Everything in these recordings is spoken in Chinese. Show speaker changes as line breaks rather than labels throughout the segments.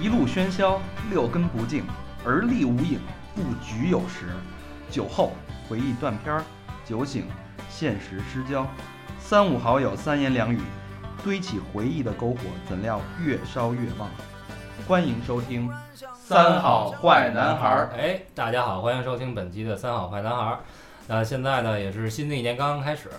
一路喧嚣，六根不净，而立无影，不局有时。酒后回忆断片儿，酒醒现实失焦。三五好友三言两语，堆起回忆的篝火，怎料越烧越旺。欢迎收听《三好坏男孩儿》。
哎，大家好，欢迎收听本期的《三好坏男孩儿》。那现在呢，也是新的一年刚刚开始，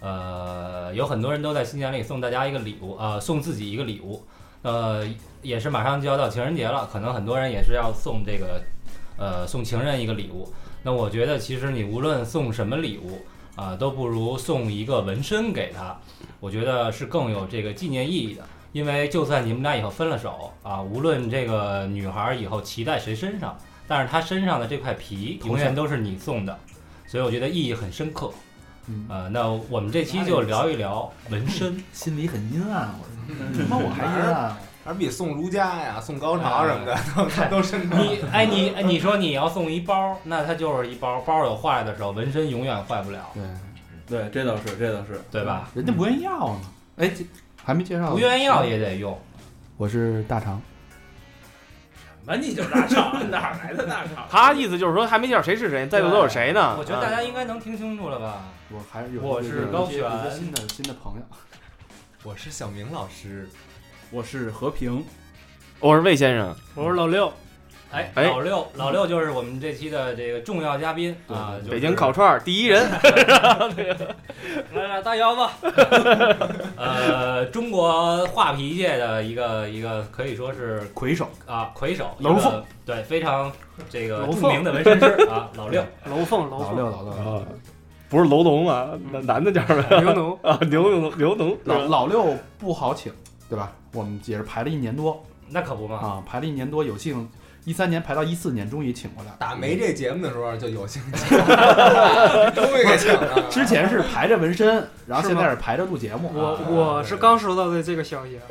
呃，有很多人都在新年里送大家一个礼物，呃，送自己一个礼物。呃，也是马上就要到情人节了，可能很多人也是要送这个，呃，送情人一个礼物。那我觉得，其实你无论送什么礼物啊、都不如送一个纹身给他，我觉得是更有这个纪念意义的。因为就算你们俩以后分了手啊，无论这个女孩以后骑在谁身上，但是她身上的这块皮永远都是你送的，所以我觉得意义很深刻。
嗯
呃，那我们这期就聊一聊纹身。
心里很阴暗，我说他妈我还阴暗，
还是比送如家呀、送高潮什么的、
哎
都都深刻。
你哎你哎你说你要送一包，那它就是一包，包有坏的时候，纹身永远坏不了，
对，
对，这倒是，这倒是。
对吧？
人家不愿意要呢。哎，这还没介绍，
不愿意要，也得用。
我是大肠，
那你就大厂， 哪来的大厂？
他意思就是说还没介绍谁是谁，在座都有谁呢？
我觉
啊
得大家应该能听清楚了吧？
我还是有
我是高璇
有些新的新的朋友，
我是小明老师，
我是和平，
我是魏先生，我是老六，
哎，
哎
老六，老六就是我们这期的这个重要嘉宾啊，就是
北京烤串儿第一人。
来来，大腰子， 呃，中国画皮界的一个一个可以说是
魁首
啊魁首，
楼
一个
凤
对非常这个
楼凤
著名的纹身师 啊，老六，
楼凤楼
老六老六老六
不是楼农啊，男男的叫什么呀？
嗯刘奴，
啊，刘农，刘农，
老老六不好请，对吧？我们也是排了一年多
那可不嘛，
啊，排了一年多，有幸一三年排到一四年，终于请过来。
打没这节目的时候就有幸请， 终于给请了。
之前是排着纹身，然后
是
现
吗
在是排着录节目。
我
我是刚
收到的这个消息。
啊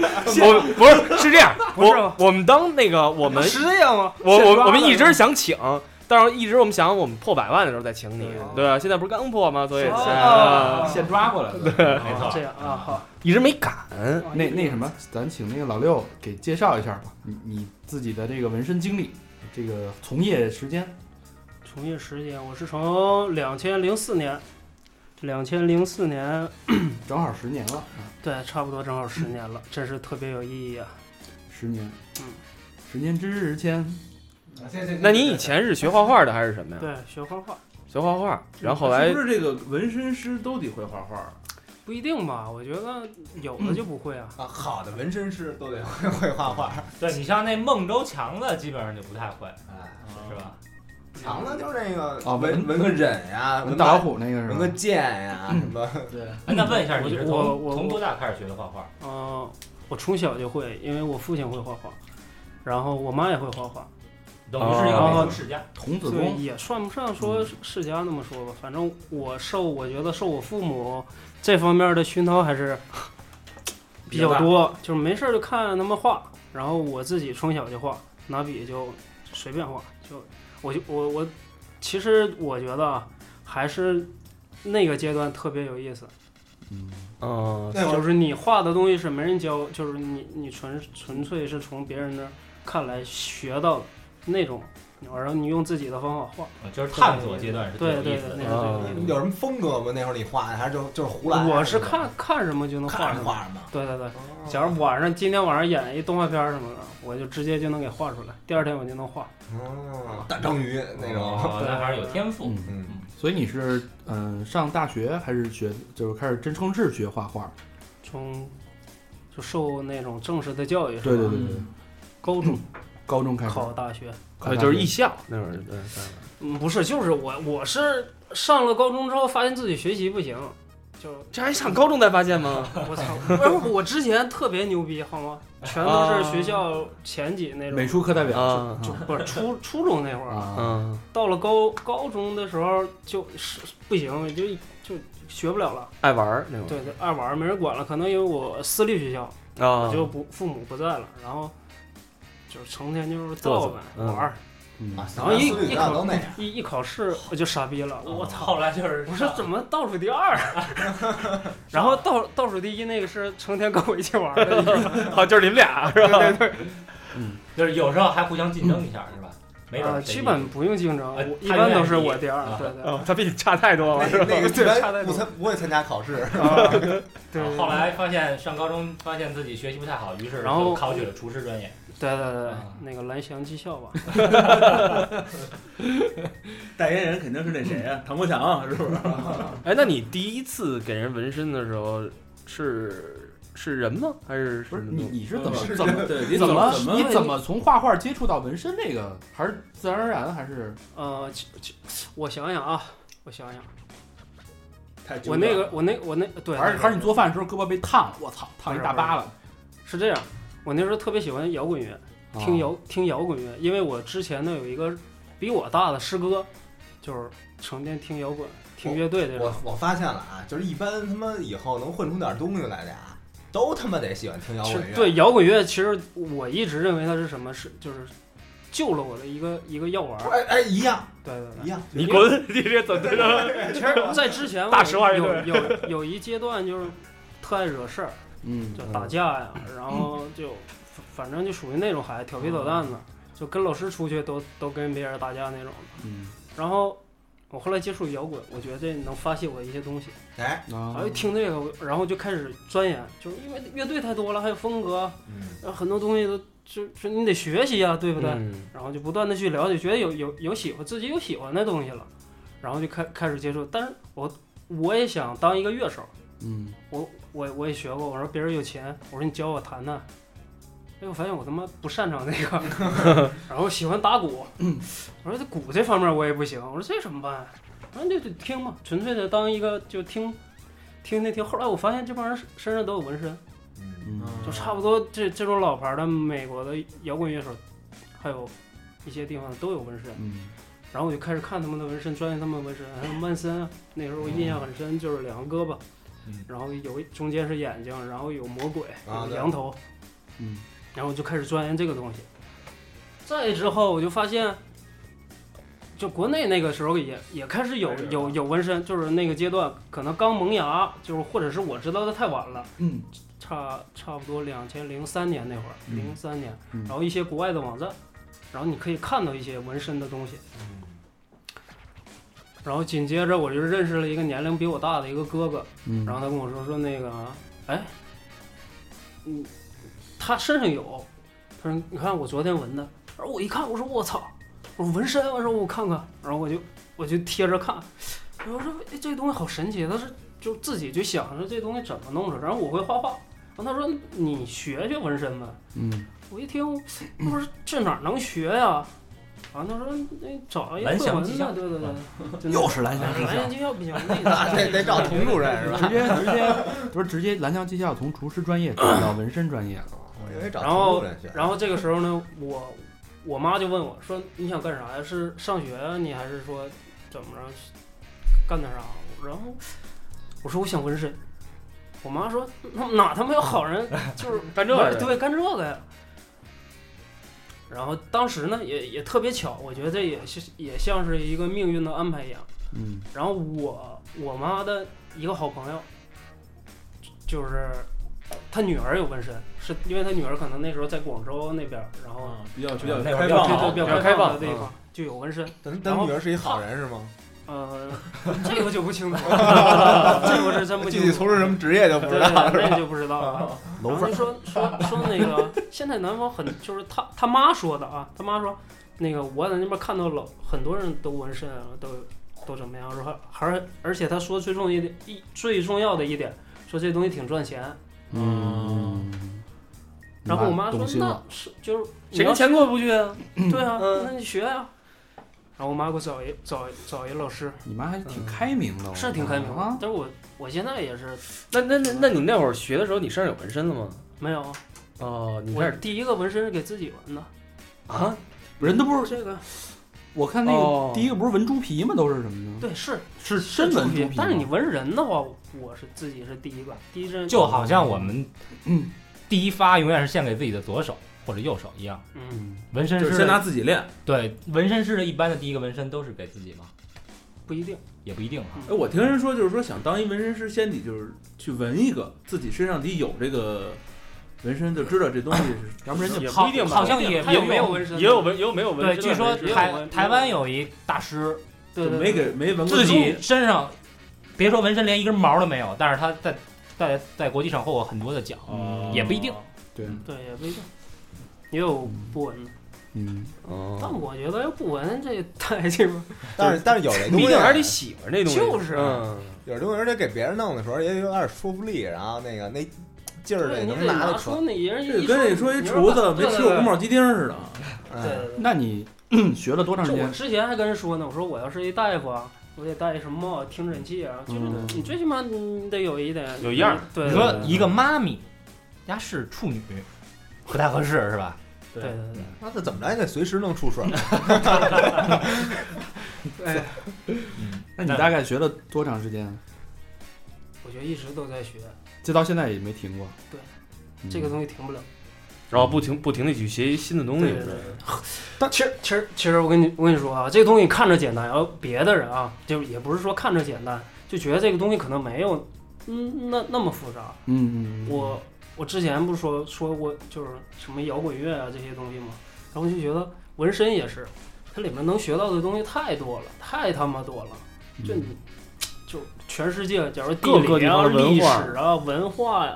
我不是是这样，我我们当那个我们是这样吗？我我我们一直想请，但是一直我们想我们破百万的时候再请你，对吧？现在不是刚破吗？所以
啊，
啊
现抓过来的。
没错，
样啊，好，一直没敢。
哦
那那什么，咱请那个老六给介绍一下吧，你你自己的这个纹身经历，这个从业时间。
从业时间，我是
啊
从两千零四年，两千零四年，
正好十年了，啊
对，差不多正好十年了，真是特别有意义啊！
十年，
嗯，
十年之日前，
那你以前是学画画的还是什么呀？
对，学画画
学画画，
嗯
然后后来
是不是这个纹身师都得会画
啊
画？
不一定吧，我觉得有
嗯
的就不会啊。
啊，好的纹身师都得会会画画，
对你像那孟州强子，基本上就不太会，是吧？
强的哎就是那个
啊
纹
纹
纹个忍呀，
纹
纹
大老
把
虎那个是
纹个
吧？
剑呀，什么
哎那问一
嗯
下，你是
我
从
我
从多大开始学的画画？
嗯、我从小就会，因为我父亲会画画，然后我妈也会画画，
等于是一
啊
个美术世家，
童子
所以
功，
也算不上说世家那么说吧。反正我受，我觉得受我父母这方面的熏陶还是比较多，就是没事儿就看他们画，然后我自己从小就画，拿笔就随便画，就我就我我，其实我觉得啊，还是那个阶段特别有意思，
嗯，
嗯，
那会
就
儿
是你画的东西是没人教，就是你你纯纯粹是从别人那儿看来学到的那种，然后你用自己的方法画，
呃就是探索阶段是最
对
有意
对
思
对，那。
的啊
个对对对
有什么风格吗？那会儿你画的还是就就是胡来？
我是看看什么就能画
啊看
什
着
么，
画什么。
对对对。
哦
假如晚上今天晚上演一动画片儿什么的，我就直接就能给画出来，第二天我就能画。
哦大章鱼那种，
哦，那还是有天赋。
嗯
嗯，
所以你是嗯、上大学还是学就是开始真正式学画画？
从就受那种正式的教育，是吧
对对对对，
高中
高中 开始
考大学，
考
呃，
大学，
就是艺校那会儿，对，
嗯，不是，就是我我是上了高中之后发现自己学习不行，就
这还上高中才发现吗？
我操，不是我之前特别牛逼好吗？全都是学校前几那种
美，术课代表
啊，
就
不是初初中那会儿，
啊，
嗯，
到了高高中的时候就是不行，就就学不了了，
爱玩儿那会
对对，爱玩儿没人管了，可能因为我私立学校。
儿啊，
我就不父母不在了，然后就是成天就是
做
造
做
呗
嗯
玩儿，
嗯
啊，
然后一
思虑
一
大
考
都那样，
一一考试我就傻逼了，我操！
后来就是
我说怎么倒数第二啊？ 然后倒倒数第一那个是成天跟我一起玩的一个，
好，哦就是你们俩是吧？
就是有时候还互相竞争一下，是吧？没准
啊
呃
儿谁
基本不用竞争，
呃
我一
他永
般
远
都是
第一
我第二
啊，
对对
哦他比你差太多了，
那
是吧？
那 个
对
一
差太
般
多
不参不会参加考试，
啊对
然后
对，
后来发现上高中发现自己学习不太好，于是
然后
就考取了厨师专业。
对对对
啊，
那个蓝翔技校吧，
代言人肯定是那谁 啊，唐国强是不是？
哎，那你第一次给人纹身的时候是是人吗？还是
不
什
是
么
你
东西？
你是怎么
是
怎么
对，
你
你
怎么
怎么
你怎么从画画接触到纹身这个？还是自然而然还是
呃，其其我想想啊，我想想，
太纠
我
结
那
了
个我那我那对，
还是
对
还是你做饭的时候胳膊被烫了？我操，烫一大疤了！
是这样，我那时候特别喜欢摇滚乐，听摇、听摇滚乐，因为我之前呢有一个比我大的师哥，就是成天听摇滚、听乐队这种
我。我发现了啊，就是一般他妈以后能混出点东西来的啊，都他妈得喜欢听摇
其
滚
实
乐。
对摇滚乐，其实我一直认为它是什么是就是救了我的一个一个药丸儿。
哎哎，一样
对对对
一，样，
你滚！ 你这怎么对 的？
其实在 之前
大实话
我
乐
有有有一阶段就是特爱惹事儿，
嗯，
就打架呀，然后就反正就属于那种孩子调皮捣蛋的，就跟老师出去都都跟别人打架那种的。
嗯
然后我后来接触摇滚，我觉得这能发泄我的一些东西。
哎，
啊
然后一听这个，我然后就开始钻研，就是因为乐队太多了，还有风格，
嗯，
然后很多东西都就就你得学习呀、对不对？
嗯
然后就不断的去了解，觉得有有有喜欢自己有喜欢的东西了，然后就开开始接触。但是我我也想当一个乐手，
嗯，
我我我也学过，我说别人有钱，我说你教我弹弹。哎，我发现我他妈不擅长这个， 然后喜欢打鼓，我说这鼓这方面我也不行，我说这怎么办、啊？然后就得听嘛，纯粹的当一个就听，听听听。后来我发现这帮人身上都有纹身，
嗯
嗯
就差不多这这种老牌的美国的摇滚乐手，还有一些地方都有纹身。
嗯
然后我就开始看他们的纹身，钻研他们的纹身，还有曼森啊，那时候我印象很深，就是两个胳膊，
嗯
然后有一中间是眼睛，然后有魔鬼，
啊
有
对
羊头，
嗯，
然后我就开始钻研这个东西。再之后我就发现，就国内那个时候也也开始有
开始了
有有纹身，就是那个阶段可能刚萌芽，就是或者是我知道的太晚了，
嗯，
差差不多两千零三年那会儿，
嗯
零三年，
嗯
然后一些国外的网站，然后你可以看到一些纹身的东西。然后紧接着我就认识了一个年龄比我大的一个哥哥，
嗯
然后他跟我说说那个，哎，嗯，他身上有，他说你看我昨天纹的，然后我一看我说我操，我说纹身，我说我看看，然后我就我就贴着看，然后我说哎这东西好神奇，他是就自己就想着这东西怎么弄着，然后我会画画，然后他说你学学纹身呗，
嗯
我一听，我说这哪儿能学呀？然后他说那找一
蓝
会
翔
纹
技
的，
校
对对对，真的
又是蓝翔技
蓝
校
翔，技校不行，那
那
个
啊得得找佟主任 是吧？
直接直接不是直接蓝翔技校从厨师专业转到纹身专业了。
我以为找
然后
佟主任去。
然后这个时候呢，我我妈就问我说：“你想干啥呀？是上学啊你还是说怎么着干点啥？”啊然后我说：“我想纹身。”我妈说：“那哪他妈有好人就是
干这个
对干这个呀？”然后当时呢，也也特别巧，我觉得这也是也像是一个命运的安排一样。
嗯
然后我我妈的一个好朋友，就就是她女儿有纹身，是因为她女儿可能那时候在广州那边儿，然后
嗯
嗯
啊，比较比
嗯
较
那会儿
开
比较
放
对
啊
对
好
比较
比较
开
开
放
放
的地
嗯
方就有纹身。
咱
然后
咱女儿是一好人是吗？
呃，这个就不清楚，这个是真不
具
清
体
楚。
从事什啊么职业就不
对
知
对
道了，是
对，
吧？
那就不知道 了。然后就说说说那个，现在南方很就是他他妈说的啊，他妈说那个我在那边看到了很多人都纹身啊，都都怎么样，说还还而且他说最重一点一最重要的一点，说这东西挺赚钱。
嗯，
然后我妈说
懂心
那
了，
是就是你
谁
要
跟钱过不去啊？
对啊，
嗯
那你学呀、然后我妈给我找一找一找一老师，
你妈还挺开明
哦
的，
嗯是挺开明的
啊。。
但是我我现在也是
那那那那你那会儿学的时候，你身上有纹身了吗？
没有，
哦，你开
我
始
第一个纹身是给自己纹的。
啊？
人都 不是，
这个
我看那个
哦
第一个不是纹猪皮吗？都是什么的？
对是
嗯是真纹猪
皮
皮吗，，
但是你纹人的话，我是自己是第一个，第一针
就好像我们
嗯
第一发永远是献给自己的左手，或者右手一样。
嗯，
纹身
就是先拿
师
自己练。
对纹身师的一般的第一个纹身都是给自己嘛，
不一定。
也不一定啊哈。
哎，我听人说，就是说想当一纹身师，先得就是去纹一个，自己身上得有这个纹身，就知道这东西是，
要不人家
也
好
不一定吧，
好像也
他有
也
没有纹身？
也有纹，也有没有纹
对，
身的。
据说
也有
台
纹
台湾有一大师，
对
就
对
没
对，
给没纹过
自己身上别说纹身，连一根毛都没有，但是他在在在国际上获过很多的奖，
哦
也不一定。
对也不一定，也有不纹的。
嗯，
但我觉得要不纹这太这个，
但是但是有的东
不一
西
定
啊
还是得喜欢这东西。
就是啊
嗯
有的东西，而且给别人弄的时候也有点说服力，然后那个那劲儿
对
得
你
能
得
拿
拿
得出来
出。那一人
这
一
跟你说一厨子没吃过宫
帽。
保鸡丁似的，啊
对
嗯，
对对
那你 学了多长时
就我
间？
之前还跟人说呢，我说我要是一大夫啊，我得戴什么帽、听诊器啊，就是
嗯
你最起码你得有一点
有样儿。
对，
你
对
说
对
一个妈咪，丫是处女，不太合适是吧？
对对对，
那这怎么着也得随时能出水。
那你大概学了多长时间？
我觉得一直都在学，
这到现在也没停过。
对
嗯，
这个东西停不了。
然后不停不停的去学习新的
嗯
东
对
西
对。对。但其实其实其实我跟你我跟你说啊，这个东西看着简单，然后别的人啊，就也不是说看着简单，就觉得这个东西可能没有嗯那那么复杂。
嗯，嗯嗯，
我我之前不是说说过就是什么摇滚乐啊这些东西吗？然后就觉得纹身也是，它里面能学到的东西太多了，太他妈多了。就你，就全世界，假如地
嗯各个
理
地
啊、
方的文
历
化
史啊、文化呀、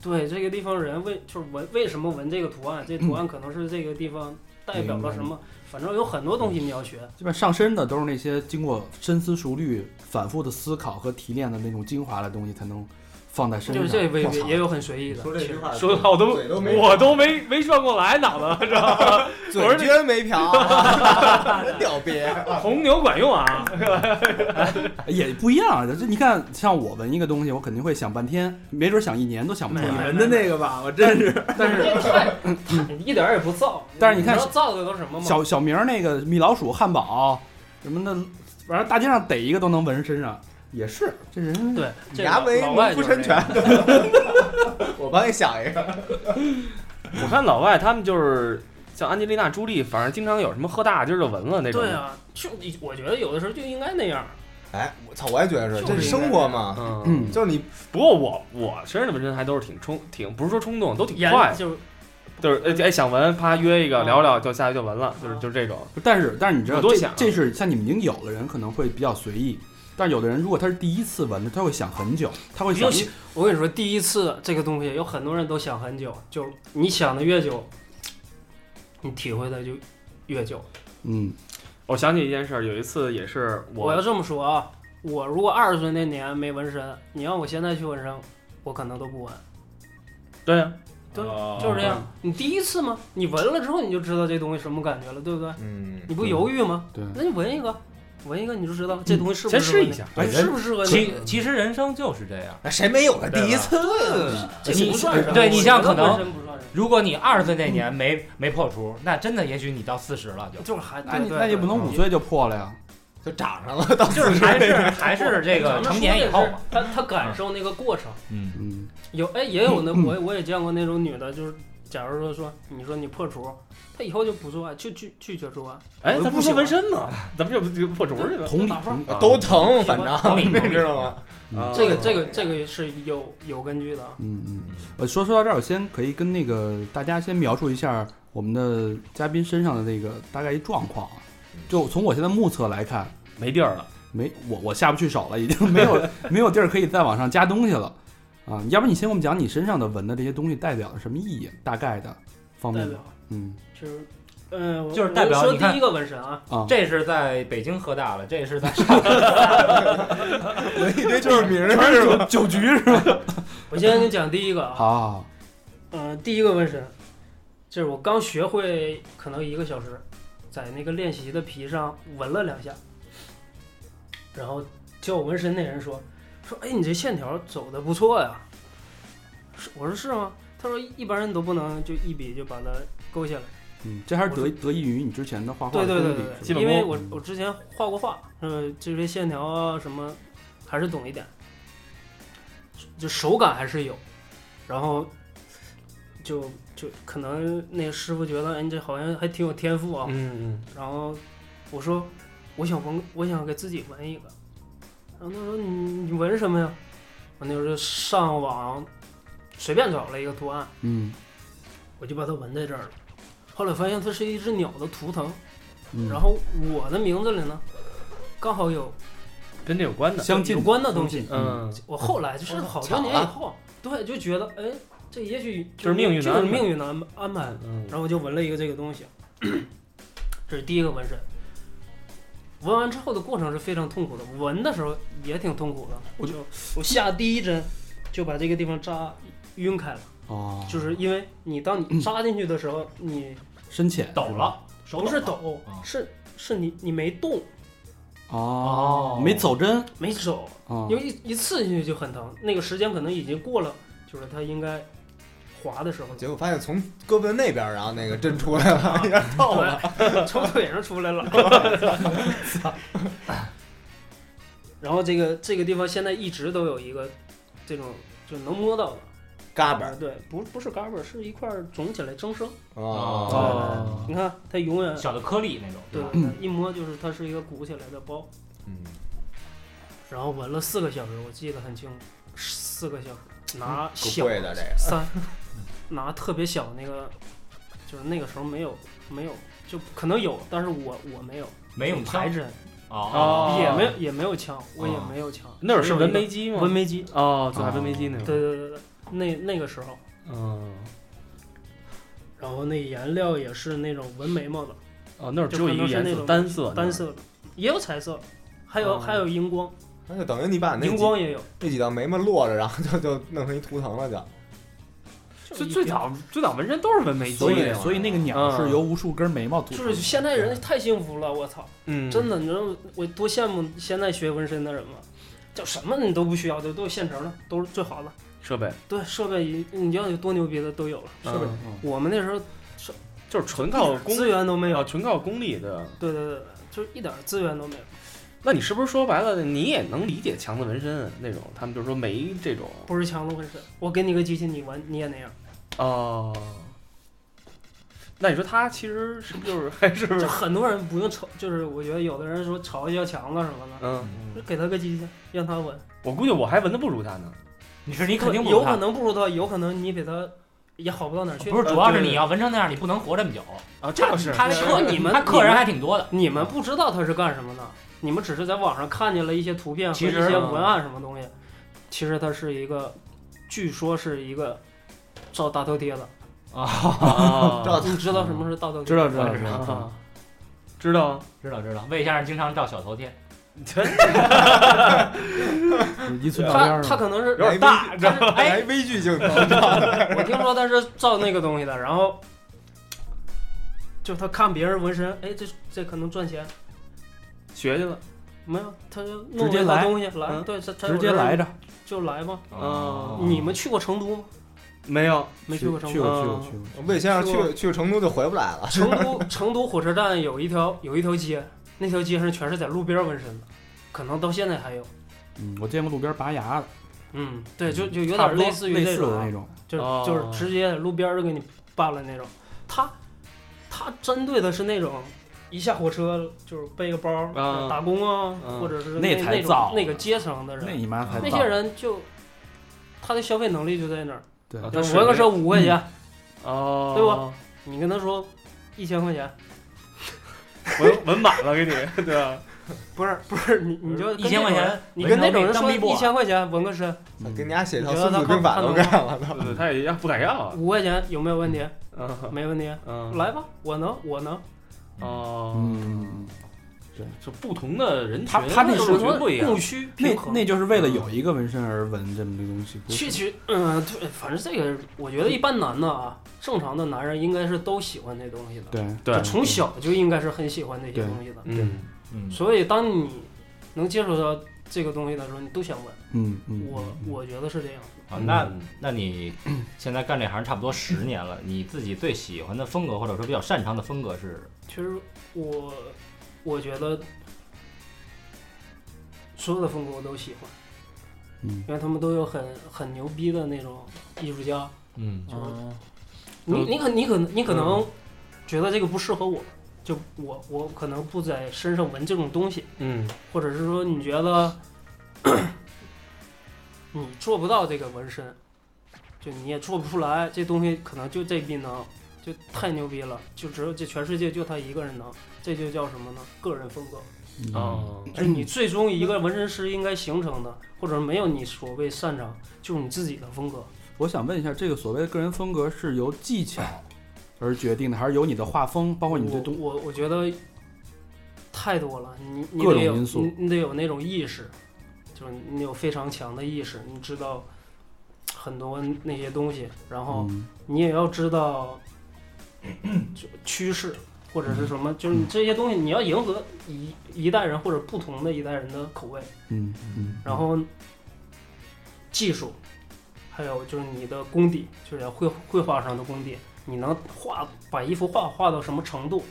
对这个地方人为就是纹为什么纹这个图案？这图案可能是这个地方代表了什么？反正有很多东西你要学。
嗯
基本上身的都是那些经过深思熟虑、反复的思考和提炼的那种精华的东西，才能放在身
就
上。
是这未
我
必
操
也有很随意的。其实
话
说的话我都
嘴没
我都没没转过来脑子，知道吗？我说
嘴撅没瓢，啊真屌憋。
红牛管用啊，
也不一样。这你看，像我纹一个东西，我肯定会想半天，没准想一年都想不出
你
来。
纹的那个吧，我真是
但是
一点儿也不造，
但是你看
知道造的都是什么吗？
小小明儿那个米老鼠、汉堡啊什么的，反正大街上逮一个都能纹身上，也是这人
对，这
牙
老
为
老外
农夫
就是
山
这样
泉。我帮你想一个，
我看老外他们就是像安吉丽娜·朱莉，反正经常有什么喝大劲儿就闻了那种。
对啊，就你我觉得有的时候就应该那样。
哎，我操，我也觉得是，
就是
这是生活嘛，
嗯，
嗯，
就是你
不过我我身上的纹身还都是挺冲，挺不是说冲动，都挺
严
快，
就是
就是哎哎想纹，啪约一个
啊
聊聊，就下去就纹了，就是
啊
就是这种。
但是但是你知道，
我多
这
想啊
这是像你们已经有的人可能会比较随意，但是有的人如果他是第一次纹的，他会想很久，他会想
不用我跟你说，第一次这个东西有很多人都想很久，就是你想的越久，你体会的就越久。
嗯
我哦想起一件事儿，有一次也是
我
我
要这么说啊，我如果二十岁那年没纹身，你让我现在去纹身，我可能都不纹。
对
啊
呀，
对
呃
就是这样，你第一次嘛，你纹了之后你就知道这东西什么感觉了，对不对？
嗯，
你不犹豫吗？
对
那你纹一个，纹一个你就知道
嗯
这东西是不
先
是
试
适合
一
你
下，
哎
哎，
人
是不是适合
其
你？
其实人生就是这样。
哎那谁没有个第一次？
这
你
不算什么
呃对你像
我觉得
可能
纹身不算什么
如果你二十岁那年没没破除，那真的也许你到四十了就
就是还
那
对
哎你
对
那也
对
不能五岁就破了呀，
就长上了，到
就是
40
还是
那
还是这个成年以后嘛。
他他感受那个过程。
嗯，
嗯，
有哎，也有那我我也见过那种女的，就是假如说说你说你破除，她以后就不做爱，就拒拒绝做爱。
哎，
我
咱
就
不说
不喜欢
纹身呢，咱们就就破竹去了。
同理
打炮
同理，
个都
啊
疼，反
同理 同
正
理
你知道吗？
嗯
啊
哦
这个这个这个是有有根据的啊。
嗯嗯，呃，说说到这儿，我先可以跟那个大家先描述一下我们的嘉宾身上的那个大概一状况啊，就从我现在目测来看。
没地儿了，
没我我下不去手了，已经没有没有地儿可以再往上加东西了啊！要不你先给我们讲你身上的纹的这些东西代表了什么意义，大概的方
啊代
面
表
的，嗯
就是，嗯，我
就是代表
我说
你看
第一个纹身啊，
啊，
这是在北京喝大了，这是在
我一堆就是名儿，
全是酒酒局是吧？
我先给你讲第一个啊，
好好，好
嗯，第一个纹身，这是我刚学会可能一个小时，在那个练习的皮上纹了两下，然后叫我纹身那人说说，哎，你这线条走的不错呀。是我说是吗？他说一般人都不能就一笔就把它勾下来。
嗯，这还是得得益于你之前的画画
对
的
对对
功底
对，
是吧
基本
对，因为
功
我我之前画过画，呃，这些线条啊什么，还是懂一点，就手感还是有，然后就就可能那个师傅觉得，哎，你这好像还挺有天赋啊。
嗯
然后我说，我想纹，我想给自己纹一个。然后他说，你你纹什么呀？我那时候就上网随便找了一个图案，
嗯
我就把它纹在这儿了。后来发现它是一只鸟的图腾，
嗯，
然后我的名字里呢，刚好有
跟这有关的。
相近
有关的东西。
嗯，
我后来就是好多年以后，对，就觉得哎，这也许
这是命运的
这
安
是
排
命运的安安排。
嗯
嗯
然后我就纹了一个这个东西， 这是第一个纹身。纹完之后的过程是非常痛苦的，纹的时候也挺痛苦的。
我
就我下第一针就把这个地方扎晕开了，
哦，
就是因为你当你扎进去的时候，你
深浅
抖了，手
不是
抖了，
抖
啊，
是是你你没动
哦
哦，
没走针
没手，
啊
因为一一刺进去就很疼，那个时间可能已经过了，就是它应该滑的时候了。
结果发现从胳膊那边儿，然后那个针出来了，有点痛了。
对，从腿上出来了。然后这个这个地方现在一直都有一个这种就能摸到的
嘎巴儿
对，不不是嘎巴儿，是一块儿肿起来增生。
哦，
哦
你看它永远
小的颗粒那种，
对
吧？，
一摸就是它是一个鼓起来的包，
嗯，
然后纹了四个小时，我记得很清楚，四个小时拿
嗯够
小
贵的这个。
三， 拿特别小那个，就是那个时候没有没有，就可能有，但是我我没有，
没有
排
枪
针。
哦，
也没有也没有枪，我也
啊
没有枪。
哦那会儿是
只有
纹
一个
眉机吗？
纹眉机，
哦，就还纹眉机那会儿。
对对对对，那那个时候，
嗯，
然后那颜料也是那种纹眉毛的，
哦，那会儿只
就
有
可
一个
能是
颜
那
色，
种
单色，
单。色的，也有彩色，还有
哦
还有荧光，
那就等于你把那
荧
几
光也有。
那几道眉毛落着，然后就就弄成一图腾了，就。
就
最
一
最
条
早最早纹身都是纹眉机
所
那会
以
儿，
所以那个
嗯
鸟是由无数根眉毛组成
就
的，
是现在人太幸福了，我操！
嗯，
真的，你知道我多羡慕现在学纹身的人吗？叫什么你都不需要，都都有现成的，都是最好的。
设备
对，设备一你要有多牛逼的都有了，是不是？
嗯
我们那时候
就是纯靠
嗯
功
资源都没有
啊，，纯靠功力对吧？
对对对，对就是一点资源都没有。
那你是不是说白了，你也能理解强子纹身那种？他们就说眉这种
不是强的纹身，我给你个机器，你纹你也那样，
哦。那你说他其实是不是就是还是
就很多人不用嘲，就是我觉得有的人说嘲笑强子什么的，
嗯？
就给他个机器，让他纹，
我估计我还纹的不如他呢。
你是你肯定不
有
看
可能不如他，有可能你比他也好不到哪儿去。
不是，
呃
主要是
对
你要纹成那样，你不能活这么久。
啊，这
他
倒是
他
是
客
你们
他客
你
人
们
还挺多的。
你们不知道他是干什么的，你们只是在网上看见了一些图片和
其
一
实
些
啊
文案什么东西，其实他是一个，据说是一个造大头贴的。
啊，
哦
你知道什么是大头贴？
知道知道知道，
啊知道啊
知道知道，魏先生经常照小头贴，
一寸照边
他
儿嘛，
他可能是
有点大，
他是哎，
来微距镜头，
我听说他是造那个东西的，然后就他看别人纹身，哎，这这可能赚钱，
学去了
没有，他就弄
直接
了一套
来
东西来，
嗯
对，他他
直接来着，
就来吧。
哦
嗯
你们去过成都吗？
没有？
没
去
过成
去
都。
过去
嗯
过去过，
魏先生去去成都就回不来了。
成都 成都火车站有一条有一条街，那条街上全是在路边纹身的，可能到现在还有。
嗯，我见过路边拔牙的，
嗯，对，就就有
差不
点
多
类似于
类
这
似
种
的
啊
那种，
就是
哦
就是直接路边儿就给你办了那种。他他针对的是那种一下火车就是背个包儿、
啊
打工啊，
嗯
或者是
那
那
才
种
造
那个阶层的
那
人，
你妈才
啊那
造
些人就他的消费能力就在那儿。
对
啊，
要折个车五块钱，
嗯
哦，
对吧？你跟他说一千块钱，
纹纹满了给你，对吧？
不是不是你你就
一千块钱，
你跟那种人
当
说
逼迫
一千块钱纹个身
嗯
给你家写一套《孙子兵法》都干了，
对他也要不敢要啊，
五块钱有没有问题？
嗯
没问题，
嗯，
来吧，我能我能。
哦，
嗯，
就不同的人群，
哎
他他那
种
是
群不一样，
供需
那
平衡
那就是为了有一个纹身而纹这么个东西，不
去
是
去，嗯、对，反正这个我觉得一般男的啊，正常的男人应该是都喜欢这东西的，
对，
对
就从小就应该是很喜欢这些东西的。
嗯，
嗯
所以当你能接触到这个东西的时候，你都想问。
嗯嗯，
我我觉得是这样。
啊，那
嗯
那你现在干这行差不多十年了，你自己最喜欢的风格或者说比较擅长的风格是？
其实我我觉得所有的风格我都喜欢，
嗯
因为他们都有很很牛逼的那种艺术家，
哦
嗯
就是你你可你可能你可能觉得这个不适合我，就我我可能不在身上纹这种东西，
嗯
或者是说你觉得你做不到这个纹身，就你也做不出来，这东西可能就这逼能，就太牛逼了，就只有这全世界就他一个人能，这就叫什么呢？个人风格，
嗯
哦，
就是你最终一个纹身师应该形成的，或者没有你所谓擅长，就是你自己的风格。
我想问一下，这个所谓的个人风格是由技巧而决定的，还是由你的画风，包括你对
我
东
我我觉得太多了，你你
各
得
种
有
因素
你，你得有那种意识，就是你有非常强的意识，你知道很多那些东西，然后
嗯
你也要知道就趋势或者是什么，
嗯
就是你这些东西你要迎合一一代人或者不同的一代人的口味，
嗯嗯，
然后技术，还有就是你的功底，就是绘绘画上的功底，你能画把一幅画画到什么程度，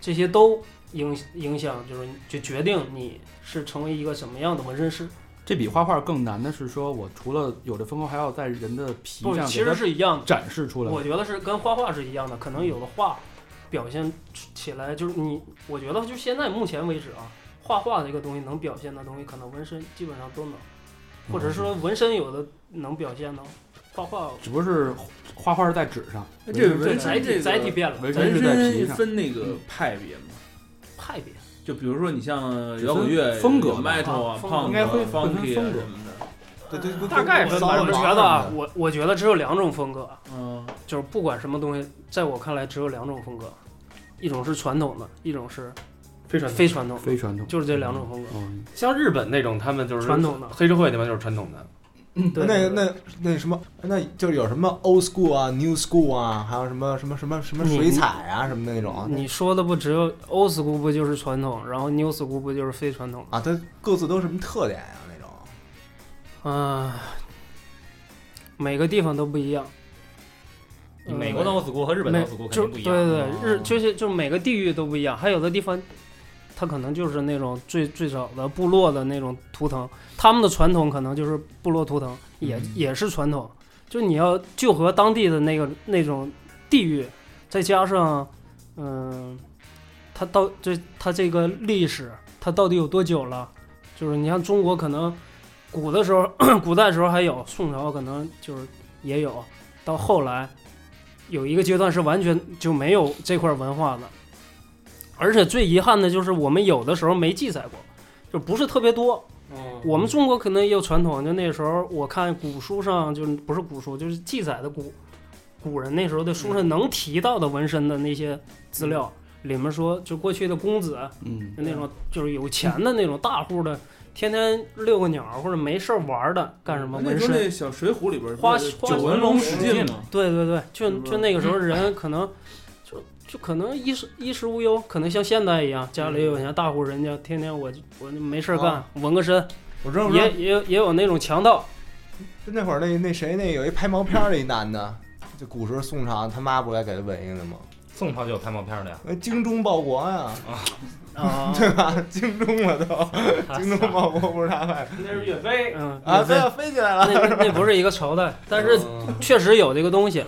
这些都影影响，就是就决定你是成为一个什么样的纹身师。
这比画画更难的是说，我除了有这风格，还要在人的皮
不，
上
哦其
给
实
它
是一样的。
展示出来。
我觉得是跟画画是一样的，可能有的画表现起来就是你，我觉得就现在目前为止啊，画画这个东西能表现的东西，可能纹身基本上都能，或者是说纹身有的能表现呢，画画
只不过是画画是在纸上，
哎这个
这
纹
载
身这
体
个
载体变了，
纹
咱
身
纹
是在皮
身
上
分那
嗯
个派别嘛，
派别
就比如说你像摇滚乐
风格
有
吧
metal 啊、
风格
punk 啊
应该会会分
funky 啊
风格
什么的，
对对对
大概
我
分吧。我
我我
觉得啊，我我觉得只有两种风格，啊
嗯，
就是不管什么东西，在我看来只有两种风格，一种是传统的，一种是
非常
非传统的，
非传统。
就是这两种风格。
嗯，
像日本那种，他们就是
传统的
黑社会那帮就是传统的，
对
那那那什么，那就是有什么 old school 啊、new school 啊，还有什么什么什么什么
你
水彩啊什么的那种啊
你说的不只有 old school 不就是传统，然后 new school 不就是非传统？
啊，它各自都有什么特点啊那种。
嗯、每个地方都不一样。
你美国的 old school 和日本的
每
old school 肯
就对
定不一样。
对对，日就是就是每个地域都不一样，还有的地方，它可能就是那种最最早的部落的那种图腾，他们的传统可能就是部落图腾，也、也是传统，就你要就和当地的那个那种地域，再加上嗯、它到这它这个历史，它到底有多久了？就是你像中国可能古的时候， 古代时候还有，宋朝可能就是也有，到后来有一个阶段是完全就没有这块文化的，而且最遗憾的就是我们有的时候没记载过，就不是特别多。我们中国可能也有传统，就那时候我看古书上就是不是古书，就是记载的古古人那时候的书上能提到的纹身的那些资料，
嗯
里面说就过去的公子，
嗯，
就那种就是有钱的那种大户的，天天遛个鸟或者没事儿玩的干什么
那
纹
时候
身？
那小《水浒》里边
花花
九纹龙史进嘛，
对对对，就是
吧
就那个时候人可能就就可能衣食衣食无忧，可能像现在一样，家里有
嗯
钱大户人家，天天我就我就没事儿干
哦
啊，
纹个身，
我知道，我知道
也也有也有那种 强盗，
就那会儿那那谁那有一拍毛片儿的一男的，就古时候宋朝他妈不也给他纹一个吗？
宋朝就有拍毛片的呀。
呃精忠报国呀，
啊，
对吧？精忠了
哎
啊
都，精忠报国不是他们
那是岳飞，嗯
啊，嗯对，啊，飞起来
那
了。
那那不是一个朝 代，但是确实有这个东西。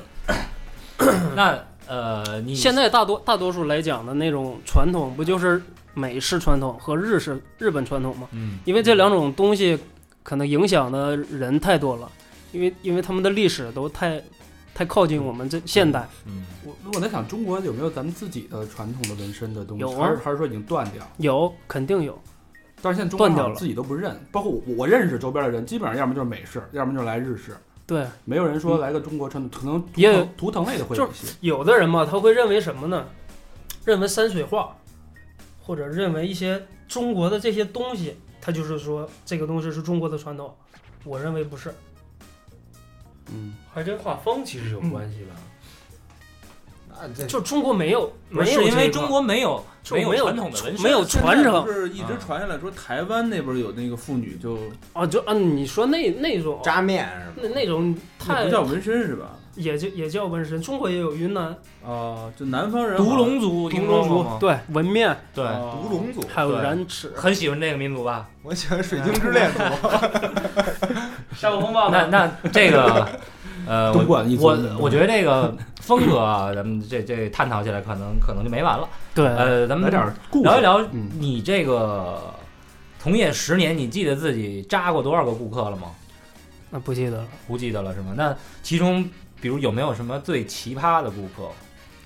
那呃，
嗯
你
现在大多大多数来讲的那种传统，不就是美式传统和日式日本传统吗？
嗯，
因为这两种东西可能影响的人太多了，因为因为他们的历史都太太靠近我们这现代。
我我在想，中国有没有咱们自己的传统的纹身的东西？
有啊
还是还是说已经断
嗯
掉？
有肯定有，
但是现在中国
断掉
好像
了
自己都不认，包括我我认识周边的人，基本上要么就是美式，要么就是来日式，
对，
没有人
嗯
说来个中国传统，可能图
也有
腾图腾类的会有一些。
有的人嘛，他会认为什么呢？认为山水画，或者认为一些中国的这些东西，他就是说这个东西是中国的传统。我认为不是，
嗯，
还跟画风其实有关系
嗯
吧？
那这
就中国没有，
不
没
是
有
因
这一
为
块
中国没有
就
没
没有
传统的纹身，
没有传承
不是一直传下来说台湾那边有那个妇女就
啊，就啊，你说那那种
扎面是吗？
那那种
那
太
不叫纹身是吧？
也就也叫纹身，中国也有云南
啊，就南方人啊
独龙族，
独
听
龙
说过
族，
吗？
对纹面
对，
独龙族，
还有
对
染齿，
很喜欢这个民族吧？
哎
我喜欢水晶之恋族。
夏国风暴
那那这个呃，
东莞一
我
族
我我觉得这个风格啊，咱们这这探讨起来可能可能就没完了。
对，
呃，咱们
来点儿故事，
聊一聊
嗯
你这个从业十年，你记得自己扎过多少个顾客了吗？
那不记得了。
不记得了是吗？那其中比如有没有什么最奇葩的顾客，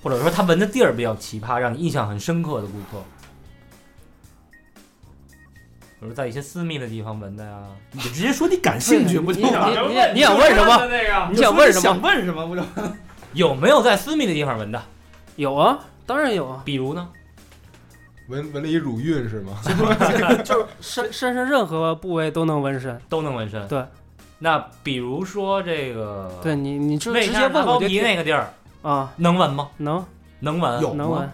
或者说他闻的地儿比较奇葩，让你印象很深刻的顾客？比如在一些私密的地方闻的呀、
你直接说你感兴趣不就
你
完了？
你你你想问什么？
你
你想
就说
问
你
什么
想问什么不就？
有没有在私密的地方闻的？
有啊，当然有啊，
比如呢？
闻闻了一乳晕是吗？
身身上任何部位都能纹身。
都能纹身。
对，
那比如说这个，
对，你，你就
胃
直
下
接问
包
我就
皮那个地儿
啊，
能闻吗？
能
能 闻。
有
能纹
吗？，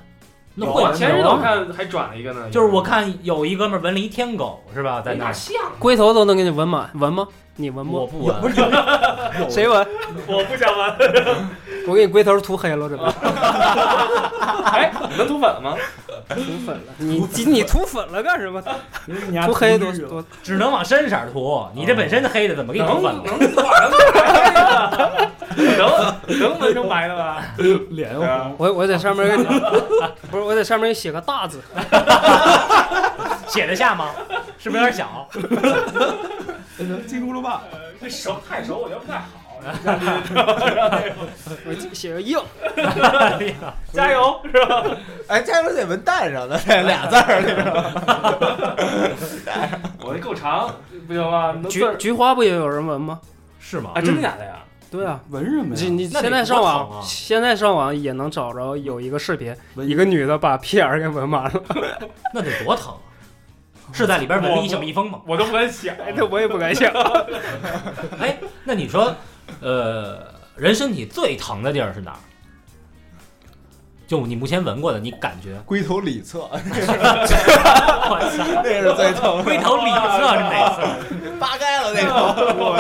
那
有
会
啊
吗
前日
我
看还转了一个呢
就是我看有一哥们儿闻了一天狗，是吧？在
哎
那儿，
像，
龟头都能给你纹满，纹吗？你纹
我
不？
不闻，
谁纹？
我不想玩。
我给你龟头涂黑了，这不
哎，你们涂粉吗？
涂粉了？你你涂粉了干什么？
你还
涂黑多
真是
多
只能往深色儿涂。你这本身黑的，怎么给你涂粉了？
能涂完 了，能能纹成白的吧？
脸
对啊
红，
我我在上面给， 不是我在上面给写个大字，
写得下吗？是不是有点 小？
金箍噜吧，
呃这手太熟，我觉得不太好。
我写个硬，
加油！
哎，加油得纹蛋上的 这俩字儿，这个
我这够长，不行吗？能
菊菊花不也有人纹吗？
是吗
啊，？真的假的呀？
对啊，
纹什么
你
呀？
你
那
现
得
在上
多疼啊
网，现在上网也能找着有一个视频，
纹
一个女的把屁眼儿给纹满了，
那得多疼啊！是在里边纹了一小蜜蜂吗？
我都不敢想。
哎，这我也不敢想。
哎，那你说，呃，人身体最疼的地儿是哪儿？就你目前闻过的，你感 觉？
龟头里侧，
我操，
那是最疼，
龟头里侧是哪侧？
扒开了那
嗯
个。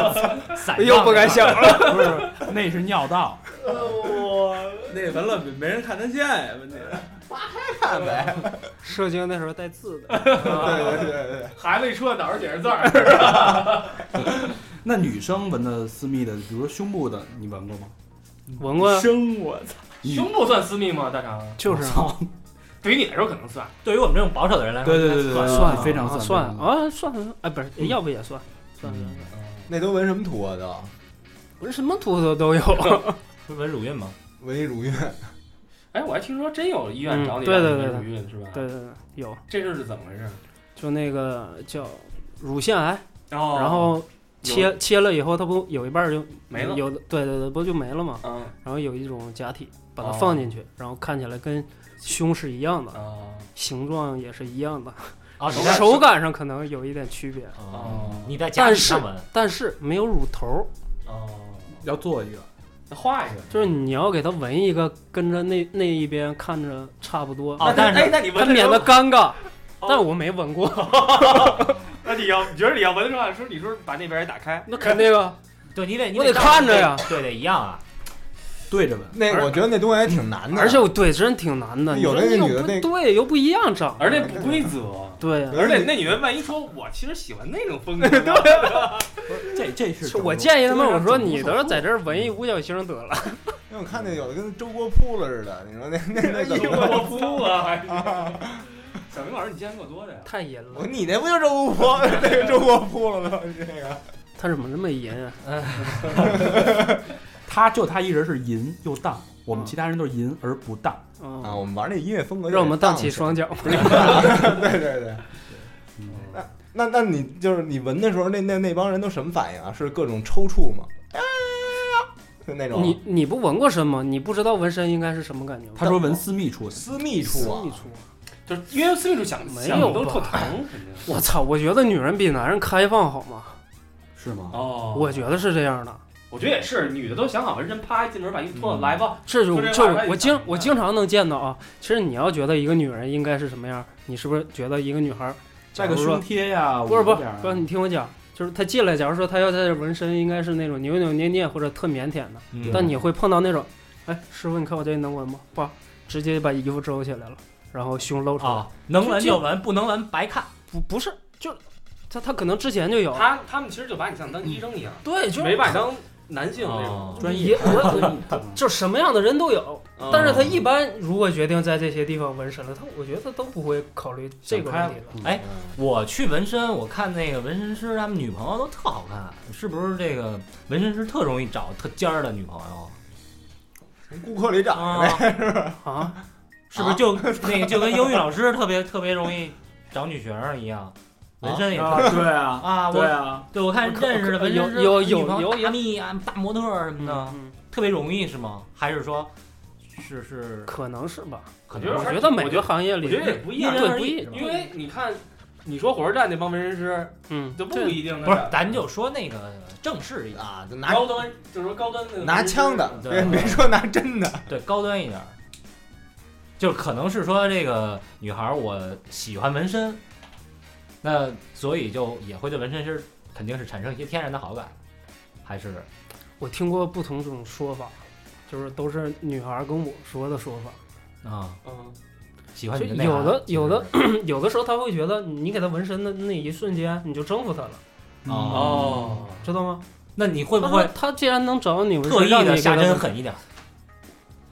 散
又不敢
荡
想了。
不是，那是尿道，
那纹了没没人看得见呀，问题。
看呗，
射精那时候带字 的，嗯
对对对对，
孩子一出来脑上写着字儿，
那女生纹的私密的，比如说胸部的，你纹过吗？
闻过呀
生我操，
女
胸部算私密吗？大肠？
就是啊
操，
对于你来说可能算。
对于我们这种保守的人来说，
对对对对，对
算
非常
啊
算
算
非常
啊算算，哎不是，要不也算算算算，
那都纹什么图啊都？
嗯不是什么秃头都有。
是纹乳晕吗？
纹一乳晕，
哎，我还听说真有医院找你
嗯对
来
对
纹
对
乳晕是吧？
对，对对，有
这事儿是怎么回事？
就那个叫乳腺癌，
然后
然后切切了以后，它不有一半儿就
没了
有的对对对，不就没了吗？
嗯
然后有一种假体把它
哦
放进去，然后看起来跟胸是一样的，
啊
形状也是一样的，
啊，你在
嗯手感上可能有一点区别，
哦，你在家里上纹，
但是没有乳头儿。
哦，
要做一个，
那画一个。
就是你要给它纹一个跟着那那一边看着差不多，
哦但是
哎，那你
它
纹的时
免
候
得尴尬。但我没纹过，
那你要你觉得你要纹的时候，说你说把那边也打开，
那肯定啊，
对你得你
我得看着呀，
对得一样啊。
对着纹，
那我觉得那东西还挺难的，
而且我对真挺难的。
有
你
那个
说
女的
又不
那
对，又不一样长，
而且不规则。
对呀。
而且那女的万一说，我其实喜欢那种风格，
这这是
就我建议他们，
啊
我说
整容
你都是在这儿纹一五角星得了，
因为我看那有的跟周国扑了似的，你说那那那怎么？
我哭啊！还是小明老师，你见过多的呀？
太淫
啊我
了
说。你那不就周国扑， 那个周国扑了吗？这个
他怎么这么淫啊？
他就他一人是淫又荡，
嗯
我们其他人都是淫而不荡。
啊，
啊，
我们玩那音乐风格，
让我们荡起双桨。
对 对对。那那那你就是你闻的时候，那那那帮人都什么反应啊？是各种抽搐吗？哎呀就那种
你你不纹过身吗？你不知道纹身应该是什么感觉吗？
他说纹私密处的，
私密
私
处啊
密，处啊。
就是因为私密处想
没有
想的都
吧
特疼，肯定。
我操！我觉得女人比男人开放好吗？
是吗？
哦
我觉得是这样的。
我觉得也是，女的都想好了，人啪一进门把衣服脱了，来吧。
这就
就这
就
玩意儿
我
你
经
想
我经常能见到啊。其实你要觉得一个女人应该是什么样，你是不是觉得一个女孩儿，
带个
假如说
胸贴呀，
不是不
捂
是
点儿啊
不是，你听我讲，就是她进来，假如说她要在这纹身，应该是那种扭扭捏捏或者特腼腆的。
嗯
但你会碰到那种，哎，师傅，你看我这能纹吗？不，直接把衣服遮起来了，然后胸露出来。
啊，能闻就闻，不能闻白看。
不不是，就是她她可能之前就有。
他他们其实就把你像当医生一样，
嗯
对，就是
没把你当
男性
那种
哦
专业
也我我就什么样的人都有，但是他一般如果决定在这些地方纹身了，他我觉得他都不会考虑这个问题了。
哎，我去纹身，我看那个纹身师他们女朋友都特好看，是不是这个纹身师特容易找特尖儿的女朋友？
顾客里长
啊
呗，，
啊，
是不是就那个就跟英语老师特别特别容易找女学生一样？纹身也特
啊，对 啊，
啊，
对
我
啊，
对我看认识的纹身师
有有
女朋友
有有
大蜜啊、大模特儿什么的，
嗯，
特别容易是吗？还是说，是是，
可能是吧。
可
觉得
我
还
能
是
觉得每个行业里啊
我觉得也不一样
对
而
不
异
一
是吧
因为你看，你说火车站那帮纹身师，
嗯，
就不
这
一定
不是，咱就说那个正式一点，
啊，就拿
高端，就是说高端那个
拿枪的，
对
别别说拿真的，
嗯
对，高端一点儿，就是可能是说这个女孩儿我喜欢纹身，那所以就也会对纹身师肯定是产生一些天然的好感，还是
我听过不同种说法，就是都是女孩跟我说的说法。
啊、
嗯，
喜欢
就
你的内
有
涵
的有的
其实是
有的时候她会觉得你给她纹身的那一瞬间，你就征服她了，
哦，
知道吗？
那你会不会
她既然能找你纹
特
身，
意
让你
的
给
下
她
针
纹
狠一点儿？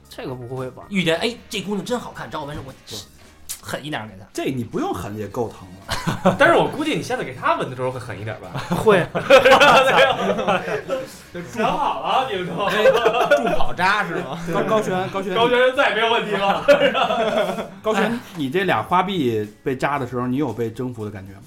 这个不会吧？
遇见哎这姑娘真好看，找我纹身我狠一点儿给她。
这你不用狠也够疼了。
但是我估计你下次给他纹的时候会狠一点吧？
会，
想好了，你们都
哎
助跑扎是吗？
高高璇，高璇，哎
高学生再也没有问题了。
高璇，你这俩花臂被扎的时候，你有被征服的感觉吗？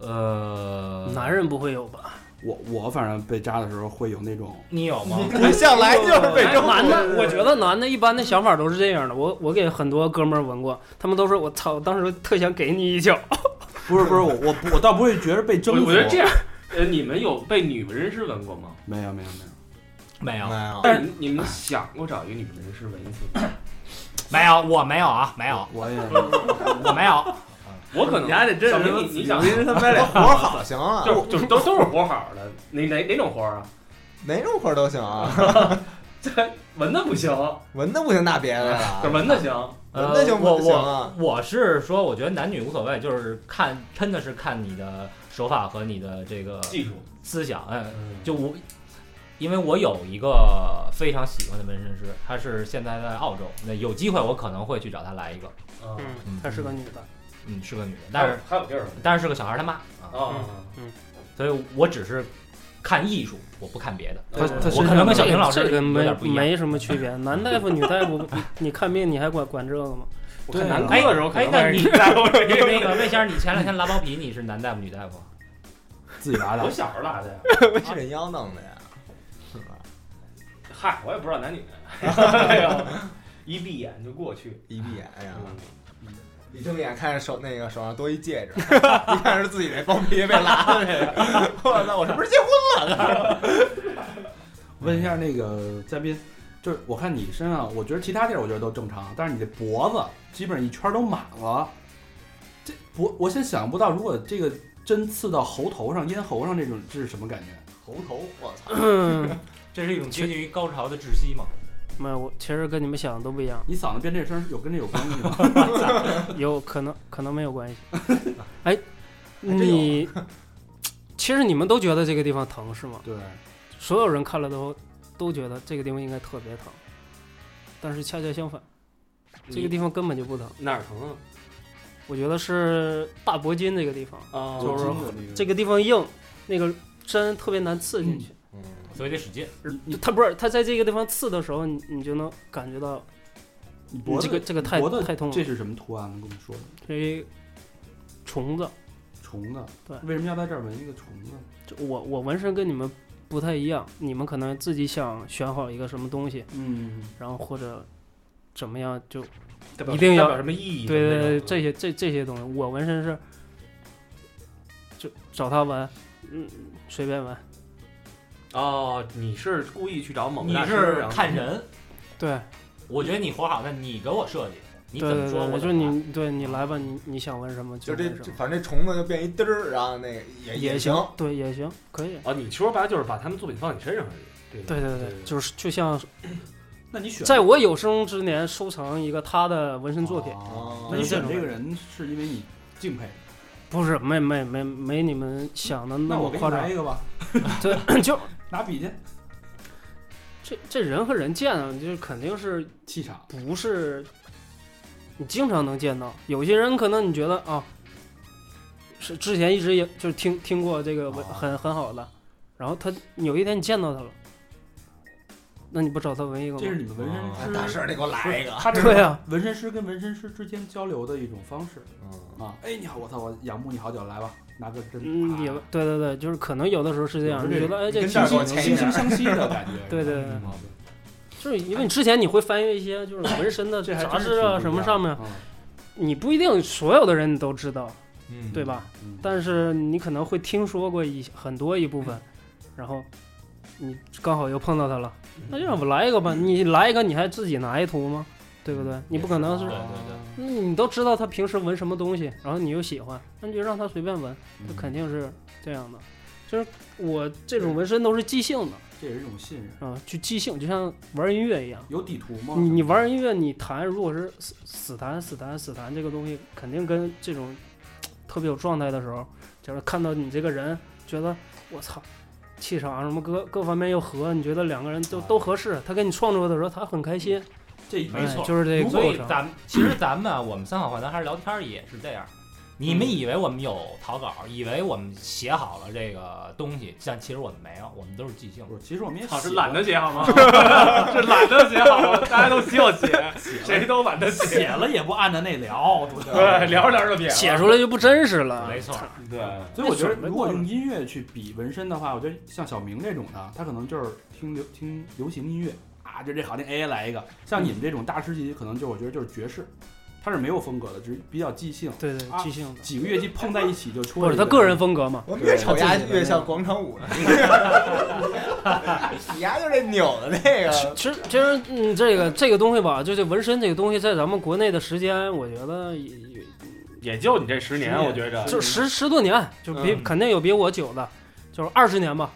呃，
男人不会有吧？
我我反正被扎的时候会有那种，
你有吗？
你向来就是被征服
哎男的，我觉得男的一般的想法都是这样的。我我给很多哥们儿纹过，他们都说我操，当时特想给你一脚。
不是不是，我我不我倒不会觉得被征
我
服，
我觉得这样，呃，你们有被女纹身师纹过吗？
没有没有没有，
没有，
没有，
但是你们想过找一个女纹身师纹一次吗？
没有，我没有啊，没有，
我也
我没有。
我可能
你还得真
小
是
明，你你想
小，明他妈俩
活儿好行啊，
就是就是都都是活好的，哪哪哪种活啊？
哪种活儿都行啊，
这纹的 不行，
纹的不行那别的了
这，纹的行。
呃
纹的行
我
不行
我
啊？
我是说，我觉得男女无所谓，就是看，真的是看你的手法和你的这个
技术，
思想。哎，就我，因为我有一个非常喜欢的纹身师，他是现在在澳洲，那有机会我可能会去找他来一个。
嗯
嗯
嗯，
她是个女的，
嗯，是个女的，但是
还有地儿纹
但是是个小孩他妈
嗯
啊，
啊，
所以我只是看艺术，我不看别的。
他他
我
身
可
上
能跟小平老
这
师
个
有
没
点不一样。
没什么区 别，男大夫女大夫，你看病你还管管这个吗？
我
对
看
啊
南哥的时候可
哎
能，
那
还
你
是
那个魏先生，你前两天拉包皮，你是男大夫女啊大夫？
自己拉
我
的，
小时候
啊
拉的呀。
是人妖弄的呀，是吧？
嗨，我也不知道男女， 哎呦一闭眼就过去。
一闭眼呀，
嗯
一睁眼看见手那个手上多一戒指， 一看是自己那包皮被拉的那个，我操，我是不是结婚了？
问一下那个嘉宾，就是我看你身上，我觉得其他地儿我觉得都正常，但是你的脖子基本上一圈都满了。这脖，我现在想不到，如果这个针刺到喉头上、咽喉上这种，这是什么感觉？
猴头，我操！
嗯，
这是一种接近于高潮的窒息嘛？
没有，我其实跟你们想的都不一样，
你嗓子变这声有跟这有关系 吗？
有可能可能没有 关系。哎，你其实你们都觉得这个地方疼是吗？
对，
所有人看了都都觉得这个地方应该特别疼，但是恰恰相反，这
嗯
个地方根本就不疼。
哪儿疼啊？
我觉得是大脖筋这个地方，
嗯
啊
就
就是是
哦这个地方硬，那个针特别难刺进去。
嗯，
所以得使劲。
嗯
就它不是它在这个地方刺的时候，你你就能感觉到
你脖
你
子
这个这个太
脖子
太痛了。
这是什么图案？能跟我们说说？
这一虫子，
虫子。
对
为什么要在这儿纹一个虫子？
就我我纹身跟你们不太一样，你们可能自己想选好一个什么东西，
嗯，
然后或者怎么样就
代表
一定要
代表什么意义？
对对对，
这
这些这这些东西，我纹身是就找他纹，嗯，随便纹。
哦，你是故意去找某个
你
大师
是
然后
看人，
对
我觉得你活好，那你给我设计，你
对
怎么
对
说
对，
我
我
怎
就
么
是
来。
你对你来吧，你你想纹什么
就
纹
这，
什
这
么，
反正这虫子就变一嘚儿，然后那个也
也
行，
对也行，可以。
哦，你说白了就是把他们作品放你身上而已，对吧？
对对
对
对，就是就像
那你选
在我有生之年收藏一个他的纹身作品，
哦
哦
那你选这个人是因为你敬佩？
不是没没没没你们想的
那
么
我给你
夸张
来一，个吧。
对，就
拿笔去，
这这人和人见啊，就是肯定是
气场。
不是你经常能见到。有些人可能你觉得啊，是之前一直也就是听听过这个文
哦
很很好的，然后他有一天你见到他了，那你不找他纹一个
这是
吗？
你们纹身
哎
师
大师，你给我来一个。
他这
对啊
个
呀、
纹身师跟纹身师之间交流的一种方式
嗯，
啊。哎，你好，我操，我仰慕你好久，来吧，拿个针，
嗯，也
啊
对对对，就是可能有的时候是这样，
有
你
时
觉
候
得哎，
这
这
跟
其实。
这儿给我
惺
牵
惺
一
惺
下
惺相惜的感觉
对对对
嗯
就是因为你之前你会翻阅一些 就是纹身的
这还
杂
真是
志啊
挺不一
什么
样
上面，
嗯
你不一定所有的人你都知道，
嗯
对？吧？
嗯
但是你可能会听说过一很多一部分，然后你刚好又碰到他了，那就让我来一个吧。你来一个，你还自己拿一图吗？对不对？你不可能是
啊
对，对
哦
对，
嗯你都知道他平时纹什么东西，然后你又喜欢，那你就让他随便纹，
嗯
他肯定是这样的。就是我这种纹身都是即兴的
这也是一种信任。
啊，去即兴，就像玩音乐一样。
有底图吗？
你你玩音乐，你弹，如果是死死弹、死弹、死弹这个东西，肯定跟这种特别有状态的时候，就是看到你这个人，觉得我操，气场啊什么各各方面又合，你觉得两个人都都合适，他跟你创作的时候，他很开心，
这
啊嗯没错
哎就是这个
所
过
以
程。
咱们其实咱们啊，我们三好坏男孩聊天儿也是这样。你
嗯
们以为我们有草稿，以为我们写好了这个东西，但其实我们没有，我们都是即兴。
不是，其实我们也
好是
写
懒
过
得写好 吗？是懒得写好吗？大家都希望写，谁都懒得
写
写。
了也不按着那聊，主
对， 聊
要。
着聊着就写
写出来就不真实了，
没错，
对，
所以我觉得，
那准备
如果
过了
用音乐去比纹身的话，我觉得像小明这种的，他可能就是听流听流行音乐啊，就这好听 A 来一个。像你们这种大师级，可能就我觉得就是爵士，他是没有风格的，只是比较即兴，
对对，
啊
即兴的，
几个乐器碰在一起就出来
或
了
者
一。
他个人风格嘛。
我们越瞅牙越像广场 舞呢，你牙就这扭的那
呃
个，
其实其实嗯，这个这个东西吧，就这纹身这个东西，在咱们国内的时间，我觉得也也
也就你这十年，我觉着
就十十多年，就比、
嗯
肯定有比我久的，就是二十年吧。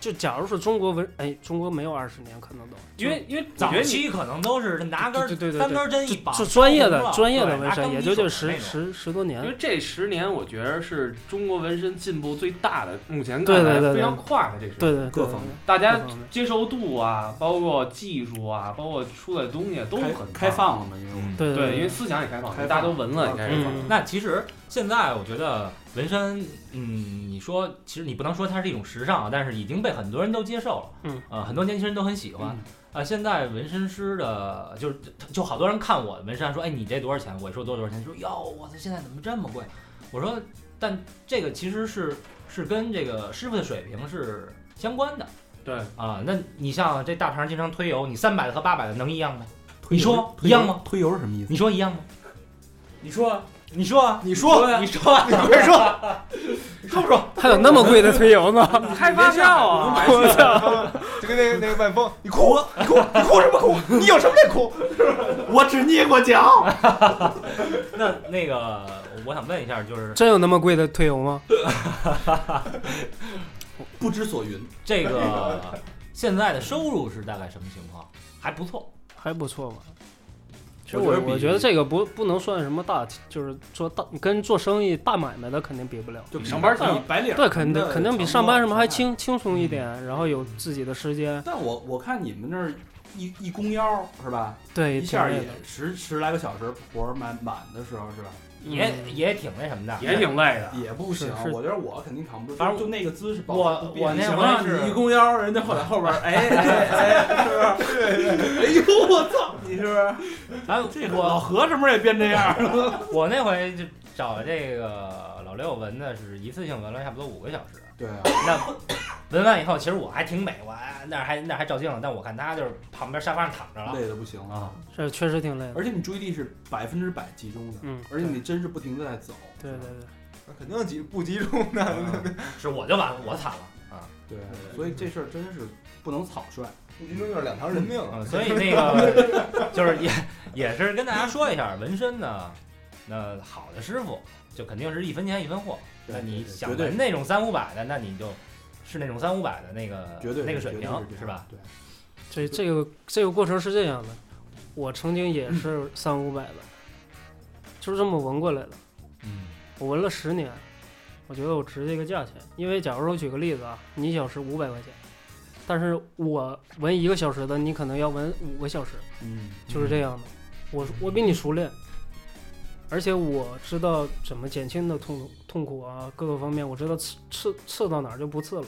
就假如说中国文，哎，中国没有二十年，可能都
因为因为
觉
早
得你
期可能都是拿根儿
对对对对
三根儿针一绑，
就专业的
红了
专业的
对
纹
拿
身，
钢
也
笔
就就
手那
十十
种
十多
因为
年。
这十年，我觉得是中国纹身进步最大的，目前
对
看
对
来
对对
非常快的这是。
对对，对
各方面
大家
各方面
接受度啊，包括技术啊，包括出来的东西啊都
开
很大
开。放了嘛，因为我
对
对，因为
对
思想也开放，
开放啊
大家都闻了，也开始。
嗯
嗯那其实现在我觉得纹身，嗯，你说其实你不能说它是一种时尚啊，但是已经被很多人都接受了，
嗯，
呃，很多年轻人都很喜欢。啊、
嗯
现在纹身师的，就是就好多人看我纹身说，哎，你这多少钱？我说多少多少钱？说哟，我操，现在怎么这么贵？我说，但这个其实是是跟这个师傅的水平是相关的
对
啊、那你像这大肠经常推油，你三百的和八百的能一样吗？
推
你说
油
一样吗？
推油推油是什么意思？
你说一样吗？
你说
你说啊，
你说
你说啊，
你快说，
说不说？
还有那么贵的推油呢？
开发票 啊，
就跟那个那个万峰，你哭你哭你哭什么哭？你有什么这哭？
我只捏过脚。
那那个，我想问一下，就是
真有那么贵的推油吗？
不知所云，
这个 现在的收入是大概什么情况？还不错，
还不错吧。其实
我觉
我
得比
我觉得这个不不能算什么大，就是做大跟做生意大买卖的肯定比不了。
就比
上班
比白领
对，肯定
的
肯定比
强
上班
多
什么还
强太多
轻轻松
嗯
一点，然后有自己的时间，
但我我看你们那儿一一弓腰是吧？
对，
一下
挺累
也
的
十十来个小时活儿满满的时候是吧？
也
嗯
也挺那什么的。
也挺累的。
也不行啊
是，
我觉得我肯定扛不住。
反正
就就那个姿势保，
我我那
行
回
啊
是
你一弓腰，人家后来后边儿哎哎哎，是不是？哎呦我操，你是不是？
咱
这个老
我
何什么时候也变这样了？
我那回就找这个老六纹的是一次性纹了差不多五个小时。
对啊，
那纹完以后，其实我还挺美，我还那儿还那儿还照镜子，但我看他就是旁边沙发上躺着了
累的不行了。
啊。
是确实挺累的。
而且你注意力是百分之百集中的，
嗯，
而且你真是不停的在走。
对对对。
肯定集不集中的，
是我就完了，我惨了啊。
对，所以这事儿真是不能草率。
不集中就是两条人命。啊
嗯，所以那 个就是也也是跟大家说一下，纹身呢，那好的师傅就肯定是一分钱一分货。
对
那你
对对
想
绝对
纹那种三五百的，那你就是那种三五百的那个
绝对
那个
是
水
绝对
平
是
是吧？？
对，
这这个这个过程是这样的，我曾经
嗯
也是三五百的，就是这么纹过来的。
嗯，
我纹了十年，我觉得我值这个价钱。因为假如说举个例子啊，你一小时五百块钱，但是我纹一个小时的，你可能要纹五个小时，
嗯，
就是这样的。我我比你熟练，而且我知道怎么减轻你的痛苦痛苦啊，各个方面我知道刺刺刺到哪儿就不刺了，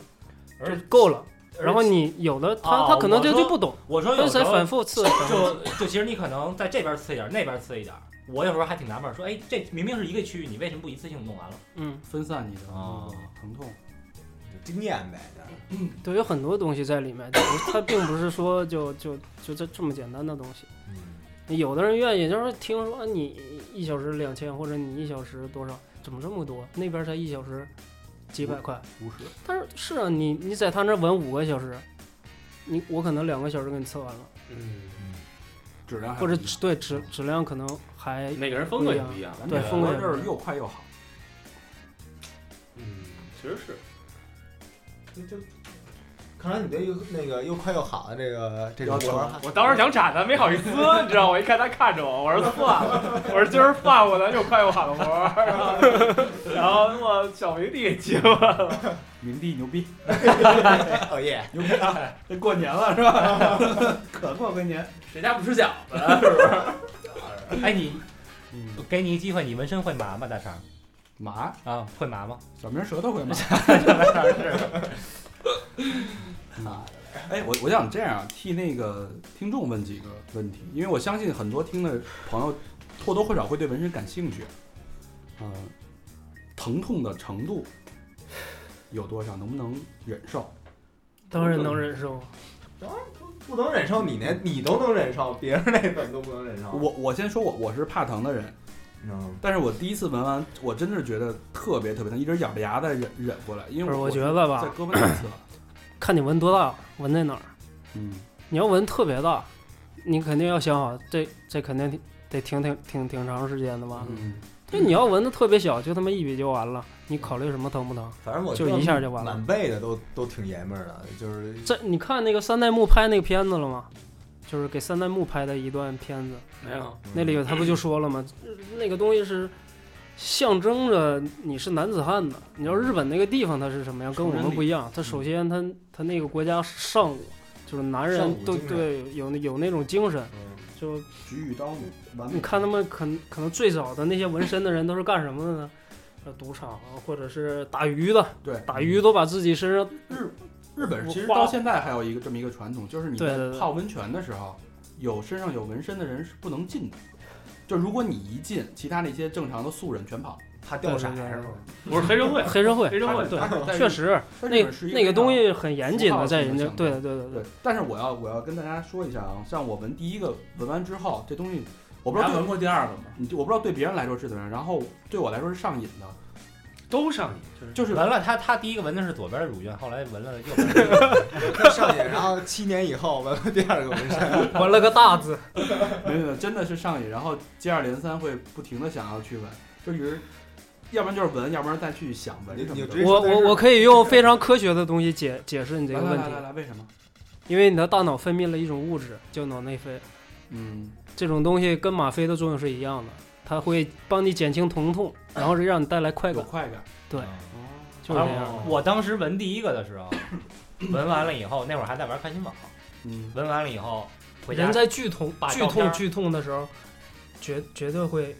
就
而
够了。
而
然后你有的他、
啊
他可能
我
就
说
就不懂，
我说有
跟
时
谁
候
反复刺，反复
就就其实你可能在这边刺一点，那边刺一点。我有时候还挺纳闷，说哎，这明明是一个区域，你为什么不一次性弄完了？
嗯，
分散你的
啊
哦
疼痛。
经验呗，
对，有很多东西在里面，就是它并不是说就就就这这么简单的东西。
嗯
有的人愿意，就是听说你一小时两千，或者你一小时多少，怎么这么多？那边才一小时几百块，
五十，
但是是啊，你你在他那儿纹五个小时，你我可能两个小时给你测完
哎
了，
嗯，
质量还
或者
不一样
对质质量可能还
每个人风格也不一样。啊
啊咱
对
这
风格
活
也
就是
不一样
又快又好。
嗯，
其实是
就就。看来你这又那个又快又好的这个这个
要求
活儿还
我当时想trả他，没好意思，你知道吗？我一看他看着我，我说算了，我说今儿放过他又快又好的活儿， 然后我小明弟给接了。
明帝牛逼，
哦耶，
牛逼啊！这过年了是吧？ 可过个年。
谁家不吃饺子？
哎，你
嗯，
给你一机会，你纹身会麻吗？大肠
麻，
啊，会麻吗？
小明舌头会麻。
是
哎，我我想这样啊替那个听众问几个问题，因为我相信很多听的朋友或多或少会对纹身感兴趣。嗯、疼痛的程度有多少？能不能忍受？
当然能忍受。
不能忍受你那，你都能忍受，别人那怎么都不能忍受？
我我先说我我是怕疼的人，
嗯，
但是我第一次纹完，我真的是觉得特别特别疼，一直咬着牙在忍忍过 来，因
不
为
是，我啊
我
觉得
在
吧，
胳膊那侧，
看你纹多大，纹在哪儿。
嗯，
你要纹特别大，你肯定要想好，这这肯定得挺挺挺挺长时间的吧？
嗯，
就你要纹的特别小，就他妈一笔就完了，你考虑什么疼不疼？
反正我
就一下就完了
满背的都都挺爷们儿的，就是
这你看那个三代目拍那个片子了吗？就是给三代目拍的一段片子，
没有，
那里有他不就说了吗？那个东西是象征着你是男子汉的。你知道日本那个地方它是什么样，跟我们不一样。它首先它它那个国家尚武，就是男
尚
人
武
都
精神
对有那有那种精神，
嗯
就
举与刀弩，完美
你看他们可能可能最早的那些纹身的人都是干什么的呢？呃，赌场啊，或者是打鱼的，
对
打鱼都把自己身上
日日本
我
其实
花
到现在还有一个这么一个传统，就是你
对对
在
对
泡温泉的时候，有身上有纹身的人是不能进的。就如果你一进，其他那些正常的素人全跑。
怕掉色
对对对
是吧？
我是黑社会，
黑社会，
黑社会
对
它，是在
确实
在
那
日
个
本是一
那个
非常
东西很严谨
符号
的，在
性
人
的
家
象征
对对对
对，但是我要我要跟大家说一下啊，像我纹第一个纹完之后，这东西
我
我不知道对
闻过第二个吗？
你就我不知道对别人来说是怎么样，然后对我来说是上瘾的，
都上你，就是
就是
纹了他，他第一个纹的是左边的乳晕，后来纹了 右边的。
那上瘾，然后七年以后完了第二个纹身，
对，纹了个大字，
没有没有真的是上瘾，然后接二连三会不停的想要去纹，就是要不然就是纹，要不然再去想纹
你
什么
你
的
直接
我
但是
我我可以用非常科学的东西解解释你这
来
个
来
问
来
题
来，来，为什么？
因为你的大脑分泌了一种物质叫脑内啡，
嗯，
这种东西跟吗啡的作用是一样的，它会帮你减轻疼痛，然后是让你带来快
有
感，
快感。
对
嗯
就是这样。
我当时纹第一个的时 候，纹完了以后，那会儿还在玩开心网，
嗯，
纹完了以后回家
人在剧痛
把
剧
照片
痛
儿
剧痛的时候，绝绝对会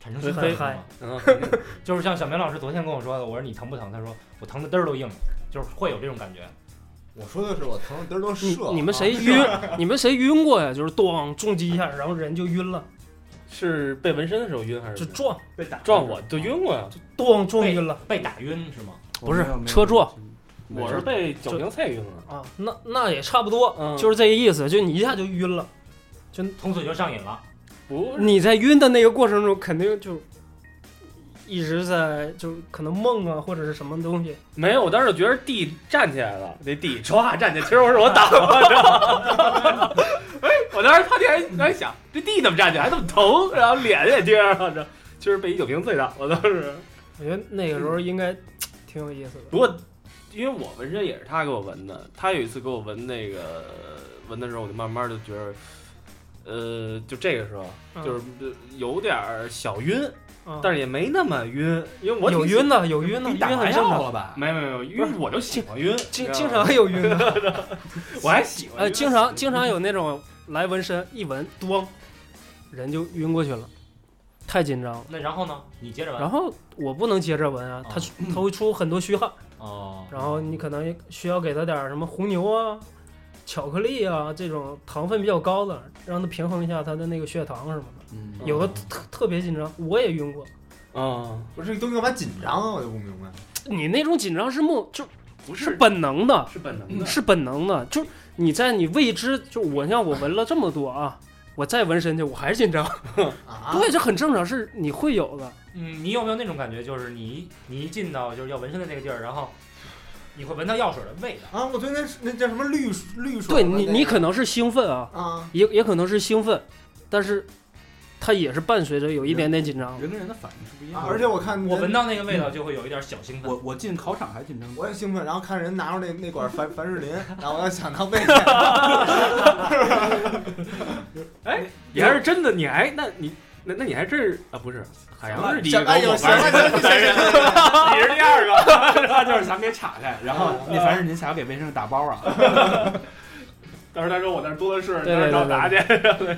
产生兴
很
奋
嗨
嘛
嗯
就是像小明老师昨天跟我说的，我说你疼不疼？他说我疼的嘚儿都硬了，就是会有这种感觉。
我说的是我疼的嘚儿都
你
射，
你们谁晕？你们谁晕过呀？就是咣重击一下，然后人就晕了，
是被纹身的时候晕还
就撞
被打
撞我就晕过呀？
咣撞晕了
被打晕是吗？
不是
没有没有
车撞
我是被酒精菜晕了。
啊！那那也差不多，
嗯
就是这个意思。就你一下就晕了，
从此就上瘾了。
不是
你在晕的那个过程中，肯定就一直在就可能梦啊或者是什么东西。
没有，我当时觉得地站起来了，那地唰站起来，其实我是我挡了，知道吗？哎，我当时趴地还还想，这地怎么站起来，还怎么疼，然后 脸也撅上了，这其实被一酒瓶醉倒，我当时。
我觉得那个时候应该挺有意思的。
不过，因为我纹身也是他给我纹的，他有一次给我纹那个纹的时候，我就慢慢的觉得，呃，就这个时候
嗯
就是有点儿小晕，
嗯
但是也没那么晕，因为我挺
有晕的，有晕的，
你
晕
打麻
很正
药
常，
了吧？
没有没有没有晕，我就喜欢晕，
经
你知道
经
吗
常有晕 的，
我还喜欢
呃，
晕，
经常经常有那种来纹身，一纹咣，人就晕过去了，太紧张了。
那然后呢？你接
嗯
着玩。
然后我不能接着纹啊，他
哦
他会出很多虚汗，
哦，
然后你可能需要给他点儿什么红牛啊、巧克力啊这种糖分比较高的，让他平衡一下他的那个血糖什么的。
嗯
有的特特别紧张，我也晕过。
啊，
不是这东西干嘛紧张啊？我就不明白。
你那种紧张是目就
不
是
是
本能的，
是本能的，
是本能的，就是你在你未知，就我像我纹了这么多啊，我再纹身去，我还是紧张。
啊，
对，这很正常，是你会有的。
嗯，你有没有那种感觉，就是你一你一进到就是要纹身的那个地儿，然后你会闻到药水的味道？
啊，我觉得那是那叫什么绿绿水
对
吧
你，
那
你
个
可能是兴奋啊，
啊，
也也可能是兴奋，但是它也是伴随着有一点点紧张。
人跟人的反应是不一样
啊
的。
而且我看
我
人
闻到那个味道就会有一点小兴奋。
我我进考场还紧张过，
我也兴奋，然后看人拿出那那管凡 凡士林，然后我要想当备胎，
哎
你还是真的，你还那你那那你还真是啊，不是海洋是第一个，
哎呦，
我
行
反
了
正
行了行了行 了，
你是第二个，
那就是咱们给岔开，然后那凡是您想要给卫生打包啊，
到时候他说我那儿多的是，
对
到时候找我拿去。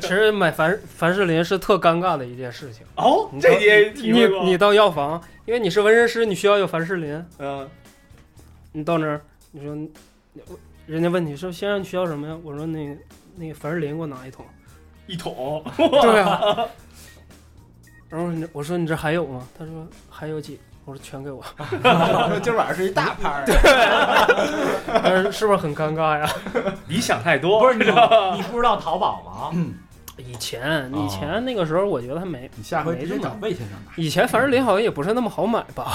其实买凡凡士林是特尴尬的一件事情。
哦
你，
这
到
你也体
你
会过？
你到药房，因为你是纹身师，你需要有凡士林。
嗯，
你到那儿，你说，人家问你说先生你需要什么呀？我说那个那个凡士林给我拿一桶。
一桶，
对啊。然后你我说你这还有吗？他说还有几个。我说全给我。
我说今儿晚上是一大趴儿，
但是是不是很尴尬呀？
你想太多，
不是 你，你不知道淘宝吗？
嗯
以前以前那个时候，我觉得还没。
你下回直接找魏先生拿。
以前凡士林好像也不是那么好买吧？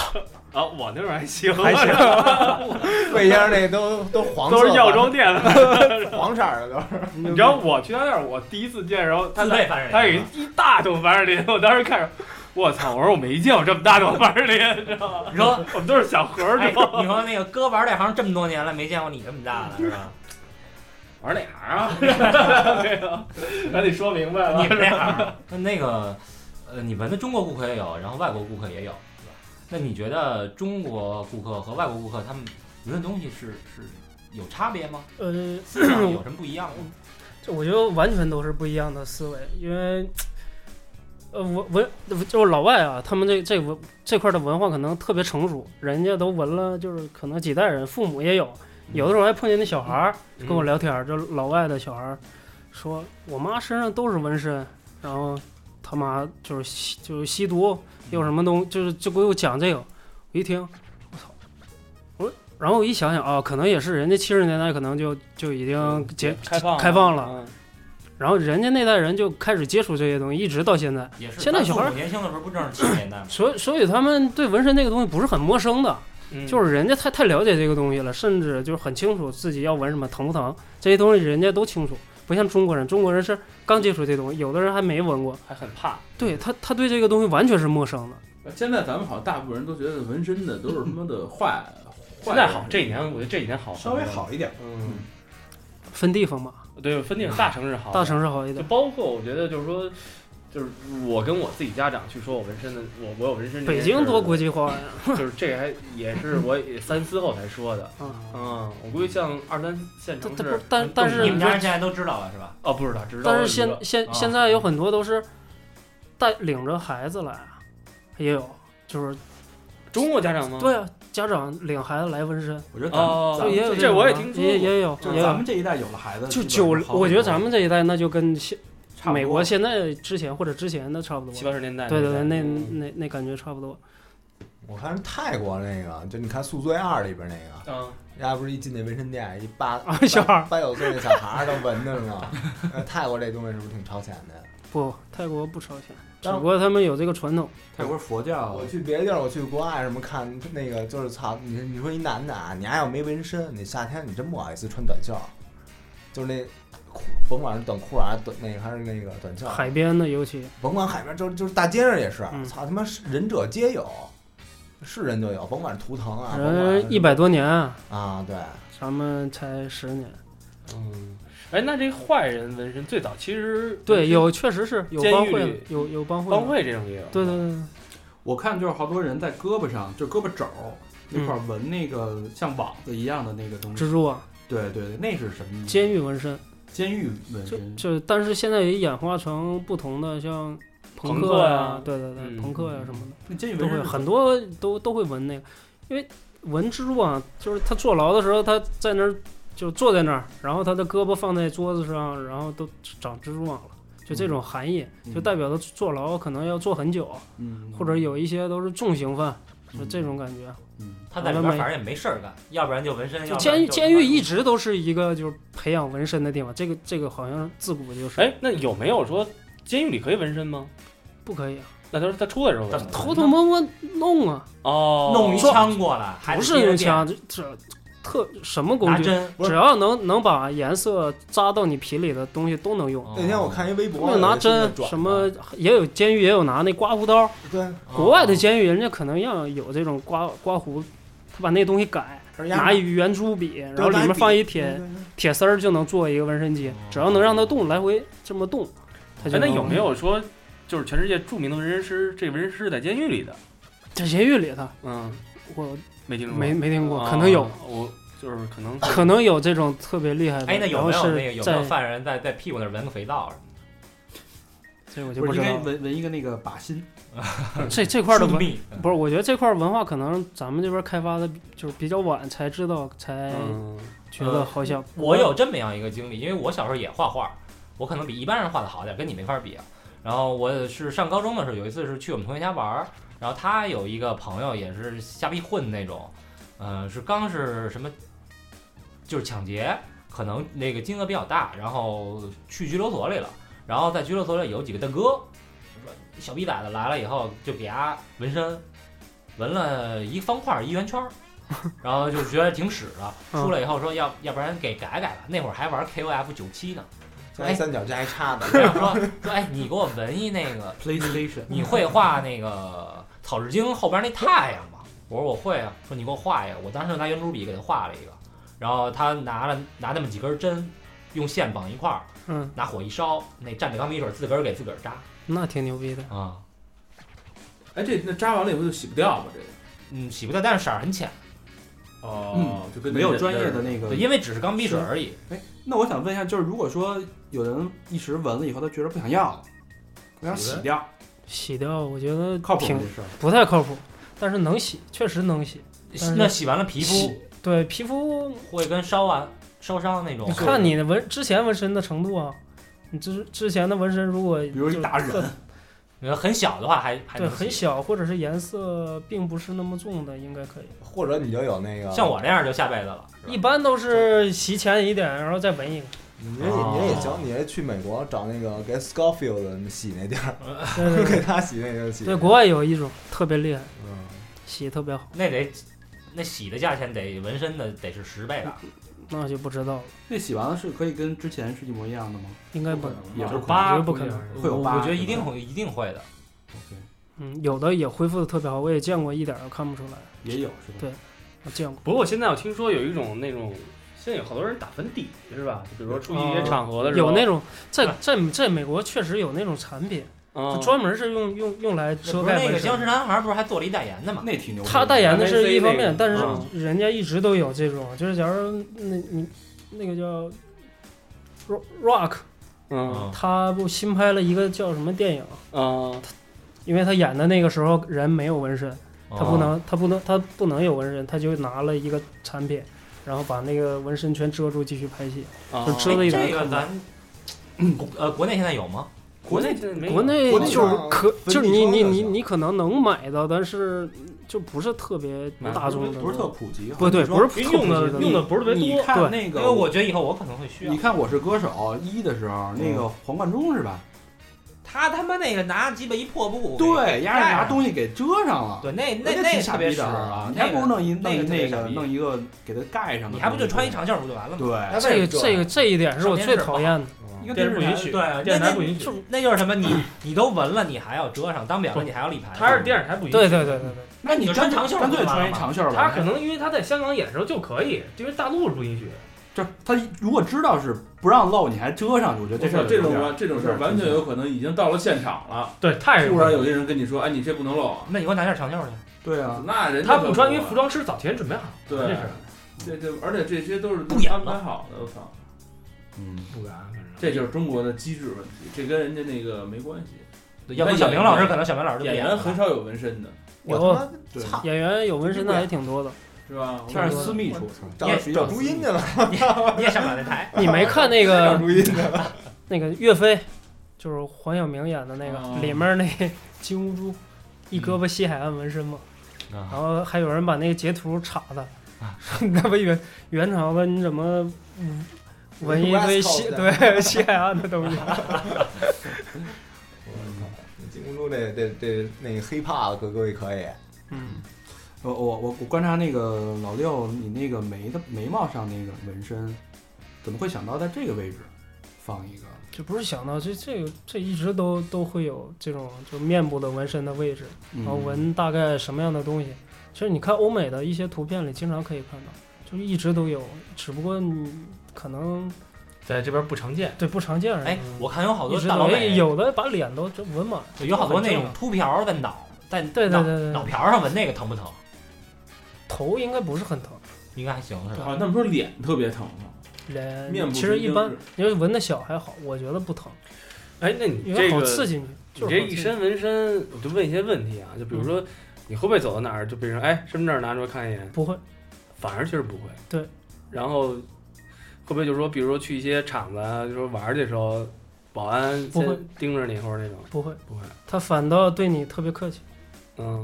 啊，我那边还行，
还行，
魏先生那都都黄色
都是
的
药妆店的。
黄色儿的都是，
你
你
知道我去他那儿，我第一次见，然后他
自备凡士
他有
林
一。一大桶凡士林，我当时看着，我操！我说我没见过这么大桶凡士林，知道吗？
你说，
我们都是小盒儿
哎，
装。
你说那个哥玩这行这么多年了，没见过你这么大的 是吧？
玩哪行啊？ 没有，咱得说明白了。
你们这行，那那个，呃，你闻的中国顾客也有，然后外国顾客也有，对吧？那你觉得中国顾客和外国顾客他们闻的东西是是有差 别吗？
呃，
思想有什么不一样吗？
这我觉得完全都是不一样的思维，因为，呃，文文就是老外啊，他们这这文这块的文化可能特别成熟，人家都闻了，就是可能几代人，父母也有，
嗯
有的时候还碰见那小孩儿跟
嗯
我聊天儿，就老外的小孩儿说，我妈身上都是纹身，然后他妈就是吸就是吸毒，有什么东就是就给我讲这个，我一听，我操，我说然后我一想想啊，可能也是人家七十年代可能就就已经结
嗯开放
开放了。
嗯
然后人家那代人就开始接触这些东西，一直到现在，
也是，
现在小孩儿
咱父母年轻的时候不正是七十年代吗？
所以所以他们对纹身这个东西不是很陌生的，
嗯
就是人家太太了解这个东西了，甚至就是很清楚自己要纹什么疼不疼，这些东西人家都清楚，不像中国人，中国人是刚接触这东西，有的人还没纹过，
还很怕。
对他他对这个东西完全是陌生的，
现在咱们好像大部分人都觉得纹身的都是他妈的 坏，坏
现在好，这几年我觉得这几年好，
稍微好
一
嗯，
分地方嘛，
点。对，分那种大城市
哦
好，
大城市好一
就
点，
包括我觉得就是说，就是我跟我自己家长去说我纹身的，我我有纹身这
北
件事儿。
京多国际化呀，
就是这还也是我也三思后才说的。
啊，
嗯，我估计像二三线
但
城
但不
市
是，但但是
你们家人现在都知道了是吧？
哦，不知道，知道。
但是现现
啊
现在有很多都是带领着孩子来啊，也有就是
中国家长吗？
对啊，家长领孩子来纹身。
我觉得咱们
哦，
就也有
这
种
我也
啊
听说
也
过。
也有，
就是
也
咱
有。
们这一代有了孩子，
就
基本
九
上，好很多
我觉得咱们这一代那就跟现
差不多
美国现在之前或者之前的差不多
七。八十年代，
对对对，那那那感觉差不多。
我看是泰国那个，就你看《宿醉二》里边那个，
嗯，
人家不是一进那卫生店，一八
啊小孩儿
八九岁那小孩儿都闻着 呢。那泰国这东西是不是挺超前的呀？
不，泰国不超前，只
但
不过他们有这个传统。
泰国佛教
啊
哦
我，去别的地儿，我去国外什么看那个，就是操，你你说一男的啊，你还要没纹身，你夏天你真不好意思穿短袖儿，就是那裤，甭管是短裤啊，短那个还是那个短袖儿，
海边的尤其，
甭管海边，就是就是大街上也是，
嗯
操他妈是仁者皆有，是人就有，甭管是图腾啊，甭管是
呃人一百多年啊，
啊，对，
咱们才十年。
嗯，哎，那这坏人纹身最早其实
嗯
对，有确实是有
监
帮
狱
会
里
的，有有帮会的。
帮会这种也有，
对对对，对
我看就是好多人在胳膊上，就胳膊肘儿那
嗯
块儿纹那个像网子一样的那个东西。
蜘蛛啊，
对对对，那是什么意思？
监狱纹身，
监狱纹
就
身。
就但是现在也演化成不同的，像
朋
克
克
呀、
呀
对对对，
嗯
朋克呀、什么的，
那监狱
都
纹
会
身是
很多都都会纹那个，因为纹蜘蛛啊，就是他坐牢的时候，他在那儿就坐在那儿，然后他的胳膊放在桌子上，然后都长蜘蛛网了。就这种含义，就代表他坐牢可能要坐很久，
嗯，
或者有一些都是重刑犯，就这种感觉。
嗯
他在里边反正也没事儿干，要不然就纹身，
就
要不然
监狱
就
监狱一直都是一个就是培养纹身的地方，这个这个好像自古就是。
哎，，那有没有说监狱里可以纹身吗？
不可以啊，
那他说他出来的时候纹
他
偷偷摸摸弄啊，
哦，
弄一
说
枪过来，还
不
得
是
接着
用
电
枪，这这特什么工
拿
具，
针，
只要能能把颜色扎到你皮里的东西都能用。
那天我看一微博，
没有拿针，什么也有监狱也有拿那刮胡刀，
对，
哦国
哦
外的监狱人家可能要有这种刮刮胡，他把那东西改，拿一圆珠笔，然后里面放一
嗯
铁铁丝儿就能做一个纹身机，只要能让它动，来回这么动，它就
哎，那
能
有没有说就是全世界著名的纹身师，这纹身师是在监狱里的？
在监狱里头，
嗯，
我
没听说，
没没听
哦
过，
啊
可能有，
我就是可能
啊
可能有这种特别厉害的。
哎，那有
然后是
没有那个有没
在
有犯人在在屁股那儿纹个肥皂什么
这我就
不
不
是
知
应
道
该
了。
纹纹一个那个靶心，
这这块儿
的？
的
蜂
文
蜜
不是，我觉得这块儿文化可能咱们这边开发的就是比较晚才知道，才
嗯，
觉得好像
我有这么样一个经历，因为我小时候也画画，我可能比一般人画的好点，跟你没法比啊。然后我是上高中的时候，有一次是去我们同学家玩儿，然后他有一个朋友也是瞎逼混那种，呃，是刚是什么，就是抢劫，可能那个金额比较大，然后去拘留所里了，然后在拘留所里有几个大哥，说小逼崽子来了以后就给他纹身，纹了一方块儿一圆圈儿，然后就觉得挺屎的，
嗯
出来以后说要要不然给改改吧，那会儿还玩 KOF 九七呢，
哎
加哎三角加还叉 的，
然后说 说哎你给我纹一那 个 PlayStation，你会画那个草日精后边那太阳吗？我说我会啊，说你给我画一个，我当时就拿圆珠笔给他画了一个，然后他拿了拿那么几根针，用线绑一块儿，
嗯，
拿火一烧，那蘸着钢笔水自个儿给自个儿扎
那挺牛逼的。
啊。
哎，这那扎完了以后就洗不掉吧？这个
嗯，洗不掉，但是色儿很浅，
哦，就跟
嗯没有专业的
个。
那个
对，因为只是钢笔水而已。
那我想问一下，就是如果说有人一时纹了以后，他觉得不想要了，他想洗掉，
洗掉我觉得
靠谱
挺
吗这事儿？
不太靠谱，但是能洗，确实能洗。但是
那洗完了皮肤
洗对皮肤，
会跟烧完烧伤那种。
你看你的纹之前纹身的程度啊，你之之前的纹身如果比
比如一大人，
呃很小的话还还
对
能
很
洗
小或者是颜色并不是那么重的，应该可以。
或者你就有那个
像，我这样就下辈子了。是吧
一般都是洗浅一点，然后再纹一个。
你这
哦
你这也行，你这去美国找那个给 Scofield 洗那地儿，
对对
给
对，
他洗那个洗，
对国外有一种特别厉害，
嗯，
洗得特别好，
那得那洗的价钱得纹身的得是十倍吧？
那我就不知道了，
那洗完了是可以跟之前是一模一样的吗？
应该不，
也
是
不
我觉
八
得不可能
嗯会有
我
疤
我觉得
是
一定
吧
会一定会的。
嗯，有的也恢复的特别好，我也见过一点儿看不出来，
也有是吧？
我见过。
不过现在我听说有一种那种，现在有好多人打粉底是吧？就比如说出
哦
席一些场合的时候，啊
有那种在在在美国确实有那种产品，它
嗯
专门是用用用来遮
不是
盖
那
纹
个僵
身。
尸男孩不是还做了一代言的吗？
那挺牛逼的。
他代言的是一方
MNC 啊那
面，
个
但是人家一直都有这种，就是假如那你那个叫 Ro- Rock，
嗯
嗯，
他不新拍了一个叫什么电影？
嗯，
因为他演的那个时候人没有纹身，他不
哦
能，他不能，他不能有纹身，他就拿了一个产品，然后把那个纹身全遮住，继续拍戏。就遮了一点
哦哎这个咱。 国呃，国内现在有吗？
国内现在没有
国内
国内
就是
像
可，
分
就是
地
你
窗
你
的
你
像
你可能能买到，但是就不是特别
买
大众的，
不是特普及，
不对，不是特
用
普
的
及
用的不是特别
你
多，
看那
因
个
为我觉得以后我可能会需要
你。看《我是歌手》一的时候，那
嗯
个黄贯中是吧？
他他妈那个拿鸡巴一破布，
对，丫是
盖
拿
上
东西给遮上了。
对，那那
人家
那
挺
特
傻
别
逼
屎
的啊！你
那
还不
个
如弄一弄
那
一
个特别
那
傻
个
逼
弄一个给它盖
嗯
上的东西，
你还不就穿一长袖不就完了吗？
对，
那
这
为
个
什么
这个这一点是我
上电
最
视
讨
吧
厌的。
嗯
一个
电视
视
不
台
允许，
对啊，
电视台
那
不允许
就那就是什么，你你都纹了，你还要遮上，当表
不
了你还要立牌。嗯
他是电视台不允许，
对对对对对，
嗯那
你
你
就
干
穿长袖
干
不
脆
就完
穿
了
一
吗
长袖吧。
他可能因为他在香港演的时候就可以，因为大陆是不允许。
就是他如果知道是不让露，你还遮上去，我觉得
这
这事
事
儿
儿这
有
种
点哎儿
完这种事儿完全有可能已经到了现场了，
对，太
突然有些人跟你说，哎，你这不能露啊，
那你给我拿件长袖去。
对啊，
那人家
他
可
不穿，
了
因为服装师早提前准备好，
对
这是
这这，而且这些都是
不演
安
了
排好的，我操，
嗯，
不敢，反正
这就是中国的机制问题，这跟人家那个没关系。
要不小明老师，可能小明老师就不
演
演
员
了
很少有纹身的，
我
有
他妈操，
演员有纹身的还挺多的。
是吧？我
但是私密处，
找找朱茵去了，
你也上不了那 台。
嗯
你没看那
找
个
朱茵去了。
那个岳飞，就是黄晓明演的那个，
哦
里面那金乌珠，一胳膊西海岸纹身嘛。
嗯
啊
然后还有人把那个截图插他， 说你他妈元元朝的你怎么嗯纹一堆西
West Coast
对 西海岸的东西？
金公猪这这这那个黑怕各各位可以，
嗯，
呃我我我我观察那个老六，你那个眉的眉毛上那个纹身，怎么会想到在这个位置放一个？
这不是想到这这个这一直都都会有这种就面部的纹身的位置，
嗯
然
哦
后纹大概什么样的东西？其实你看欧美的一些图片里经常可以看到，就是一直都有，只不过你可能
在这边不常见。
对不常见而已。嗯
哎，
嗯
我看有好多
一直
大老
都有
美，
有的把脸都就纹满，
有好多那
很正
种
常
秃瓢在脑在脑
对对对对
脑瓢上纹那个疼不疼？
头应该不是很疼，
应该还行是吧？
啊，他们说脸特别疼啊，
脸
面部
其实
神
一
经
般
是，
你要纹的小还好，我觉得不疼，
哎，那你
因
这
为好
个
刺激你。
你
就是
这
好
一
刺激
身纹身，我就问一些问题啊，就
嗯
比如说你会不会走到哪儿就被人哎身份证拿出来看一眼，
不会，
反而其实不会。
对，
然后会不会就说，比如说去一些场子啊，就说玩儿的时候，保安
不会
先盯着你或者那种，
不会，
不会。
他反倒对你特别客气。
嗯，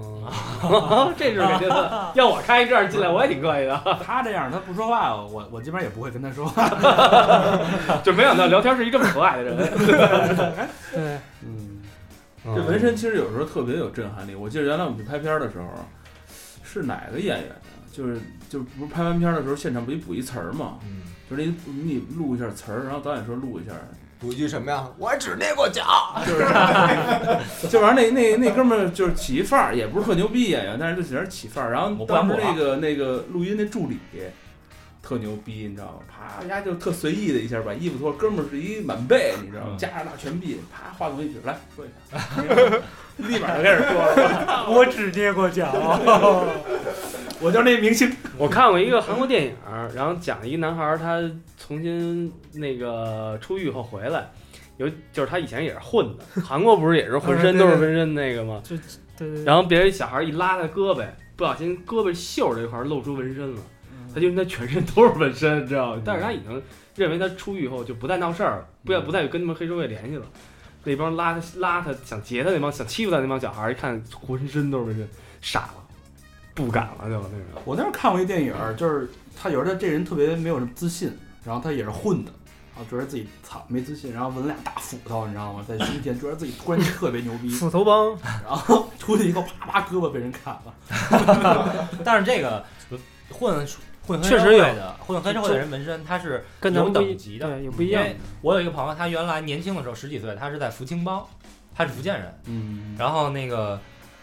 这是肯定的。要我开一证进来，我也挺客气的。
他这样，他不说话，我我这边也不会跟他说话。
就没想到聊天是一这么和蔼的人。
对，
嗯，
这纹身其实有时候特别有震撼力。我记得原来我们去拍片儿的时候，是哪个演员啊？就是就不是拍完片儿的时候，现场不一补一词儿嘛，
嗯，
就是你你录一下词儿，然后导演说录一下，
补一句什么呀？我只捏过脚，
就玩意儿那那那哥们儿就是起一范儿，也不是特牛逼演员，但是就有点起范儿。然后
我不管
当
不
时
管
那个那个录音那助理特牛逼，你知道吗？啪，人家就特随意的一下把衣服脱，哥们儿是一满背，你知道吗？
嗯
加上大全臂，啪，话筒一举，来说一下，立马就开始说了。
我只捏过脚。
我就是那明星，
我看过一个韩国电影儿，然后讲一个男孩儿，他重新那个出狱后回来，有就是他以前也是混的，韩国不是
啊
也是浑身都是纹身那个吗？
就对对对，
然后别人小孩一拉他胳膊，不小心胳膊袖儿这块儿露出纹身了，他就他全身都是纹身，你知道吗？但是他已经认为他出狱后就不再闹事儿了，
嗯
不要不再跟他们黑社会联系了。那帮拉他拉他想劫他那帮想欺负他那帮小孩儿一看浑身都是纹身，傻了，不敢了就那种。
我那时候看过一电影，就是他有时候他这人特别没有什么自信，然后他也是混的，然后觉得自己操没自信，然后纹俩大斧头，你知道吗？在胸前觉得自己突然间特别牛 逼，
嗯
斧头帮
然
嗯
后出去以后啪啪胳膊被人砍了。
但是这个混混黑
确
社
实
会
有
的混黑社会的人纹身，他是
跟咱
有
们不
等
一
级的。
对有不一样
因。为我有一个朋友，他原来年轻的时候十几岁，他是在福清帮，他是福建人。
嗯，
然后那个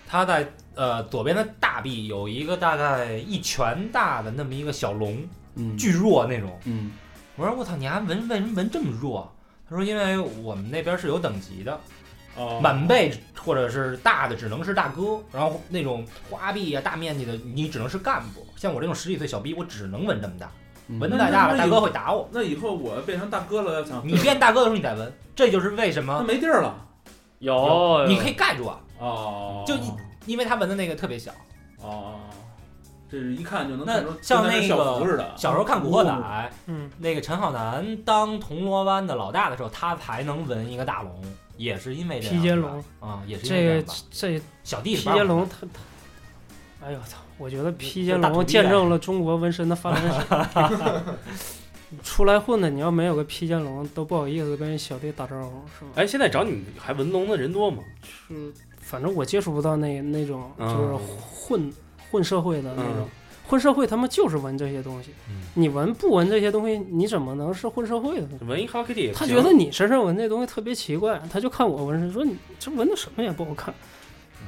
他在呃左边的大臂有一个大概一拳大的那么一个小龙，
嗯
巨弱那种。
嗯
我说我操，你还纹为什么纹这么弱？他说因为我们那边是有等级的，
哦
满背或者是大的只能是大哥，然后那种花臂啊大面积的你只能是干部。像我这种十几岁小逼，我只能纹这么大，纹
那
太大了
那
大
有
哥会打我。
那以后我变成大哥了，要想
你变大哥的时候你再纹，这就是为什
那
么
没地儿了。
有
你可以盖住啊，
哦
就你因为他纹的那个特别小。
哦，这是一看就能
那
看出跟
像
咱这
那
校
个
服似
啊
的，
小时候看《古惑仔》，
嗯，
那个陈浩南当铜锣湾的老大的时候，他才能纹一个大龙，也是因为这样
披肩
吧
龙
啊，也是因为
这
样
个
吧
这
小弟
披
是不让
肩龙他他，哎呦我操！我觉得披肩
大土
龙
地
见
啊
证了中国纹身的发展史。 出来混的，你要没有个披肩龙，都不好意思跟人小弟打招呼，是吧？
哎，现在找你们还纹龙的人多吗？
是，反正我接触不到那那种就
嗯
是混、混社会的那种
嗯，
混社会他们就是纹这些东西，
嗯
你纹不纹这些东西，你怎么能是混社会的呢？
纹一 Hello Kitty，也
他
行
觉得你身上纹这东西特别奇怪，他就看我纹身，说你这纹的什么也不好 看。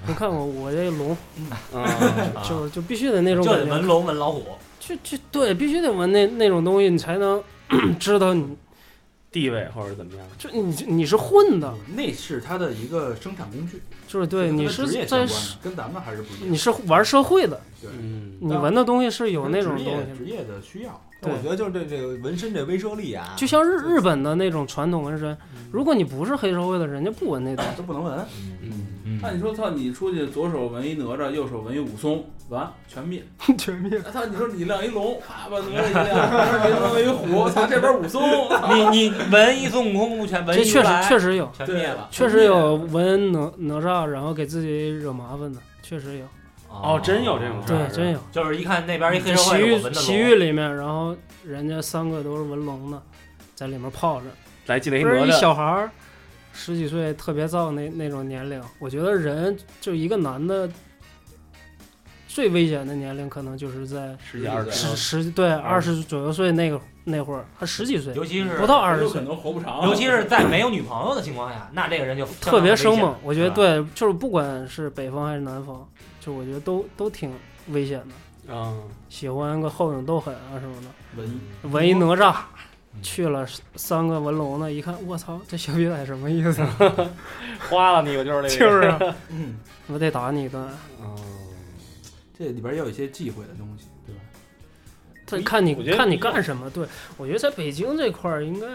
你看我，我这龙
嗯
嗯
啊就就必须得那种
啊就
感
得
觉，
纹龙纹老虎，
就就对，必须得闻那那种东西，你才能 知道你
地位或者怎么样，
就你你是混的，
那是他的一个生产工具，
就是对
跟
你
他
是
职业相
在
关的，跟咱们还是不一
你
样。
是玩社会的，
嗯，
你闻的东西是有那种
职
东
业
西
职
的，
业的需要，
但我
对
觉得就是这这个纹身这威慑力啊，
就像日日本的那种传统纹身，
嗯
如果你不是黑社会的人，就不闻那东西。
都不能闻。
嗯
嗯嗯
那你说操，你出去左手纹一哪吒，右手纹一武松，完全灭。
全灭！
那操，你说你亮一龙，啪把哪吒一亮，这边灵纹一虎，操这边武松，
你你闻一孙悟空不全闻
这
一
确
如
实
来
确实有，
全灭了。
确实有闻哪哪吒，然后给自己惹麻烦的，确实有，
哦真有这种事儿
对，真有。
就是一看那边一黑社
洗
会，我
浴
闻的
洗浴里面，然后人家三个都是纹龙的，在里面泡着。
来 进了一
不是
哪
一
吒，
小孩儿，十几岁特别燥那那种年龄，我觉得人就一个男的最危险的年龄，可能就是在
十几二
十
十，
十对二十左右岁那个那会儿，还十几岁，
尤其是
不到二十
有可
岁，
能活不长。
哦
啊
尤其是在没有女朋友的情况下，那这个人就相当
特别
危险
生猛。我觉得
是吧
对，就是不管是北方还是南方，就我觉得都都挺危险的。
嗯，
喜欢个后影斗狠啊什么的，
闻
纹一哪吒。去了三个纹龙的，一看，我操，这小逼崽什么意思？啊
花了你 我就是那
就
个，
是啊，
嗯，
我得打你一顿。
这里边也有一些忌讳的东西，对吧？
这看你
我觉得
看你
不一样
干什么，对我觉得在北京这块儿应该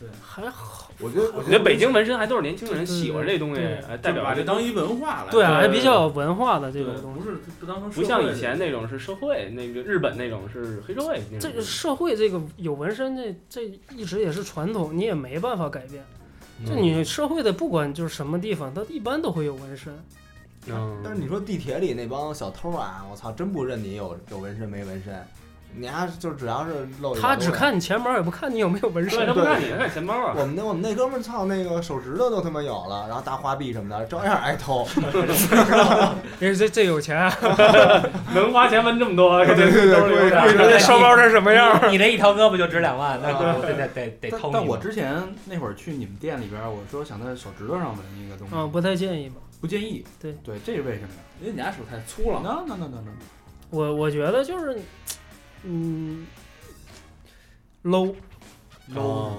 对
还好，
我觉得
我觉得北京纹身还都是年轻人
对对
喜欢这东西
对，
哎代
就
表
把这当一文化来，
对
对
啊，还比较有文化的这
对
种东西。
不是不当成社
不
会
像以前那种是社会，那个日本那种是黑社会那种。
这个社会这个有纹身这这一直也是传统，你也没办法改变。就
嗯
你社会的不管就是什么地方，它一般都会有纹身。
嗯，
但是你说地铁里那帮小偷啊，我操，真不认你有有纹身没纹身，你丫就只要是露一把
他
都
只
有。
看你钱包，也不看你有没有纹
啊对，
身
他。不看你，他看钱包啊。
我们那我们那哥们儿操那个手指头都他妈有了，然后大花臂什么的，照样挨偷。
人家这这有钱，啊
能花嗯钱纹这么多，对
对对对
贵贵
这
的
包成什么样儿？
你你这一条胳膊就值两万，那我得得得得
但
偷你
但我
嘛
之前那会儿去你们店里边，我说想在手指头上纹一个东西，
嗯，不太建议吧。
不建议。
对
对，这是为什么呀？
因为你俩手太粗了。
no no no no no，
我我觉得就是，嗯，low，
哦，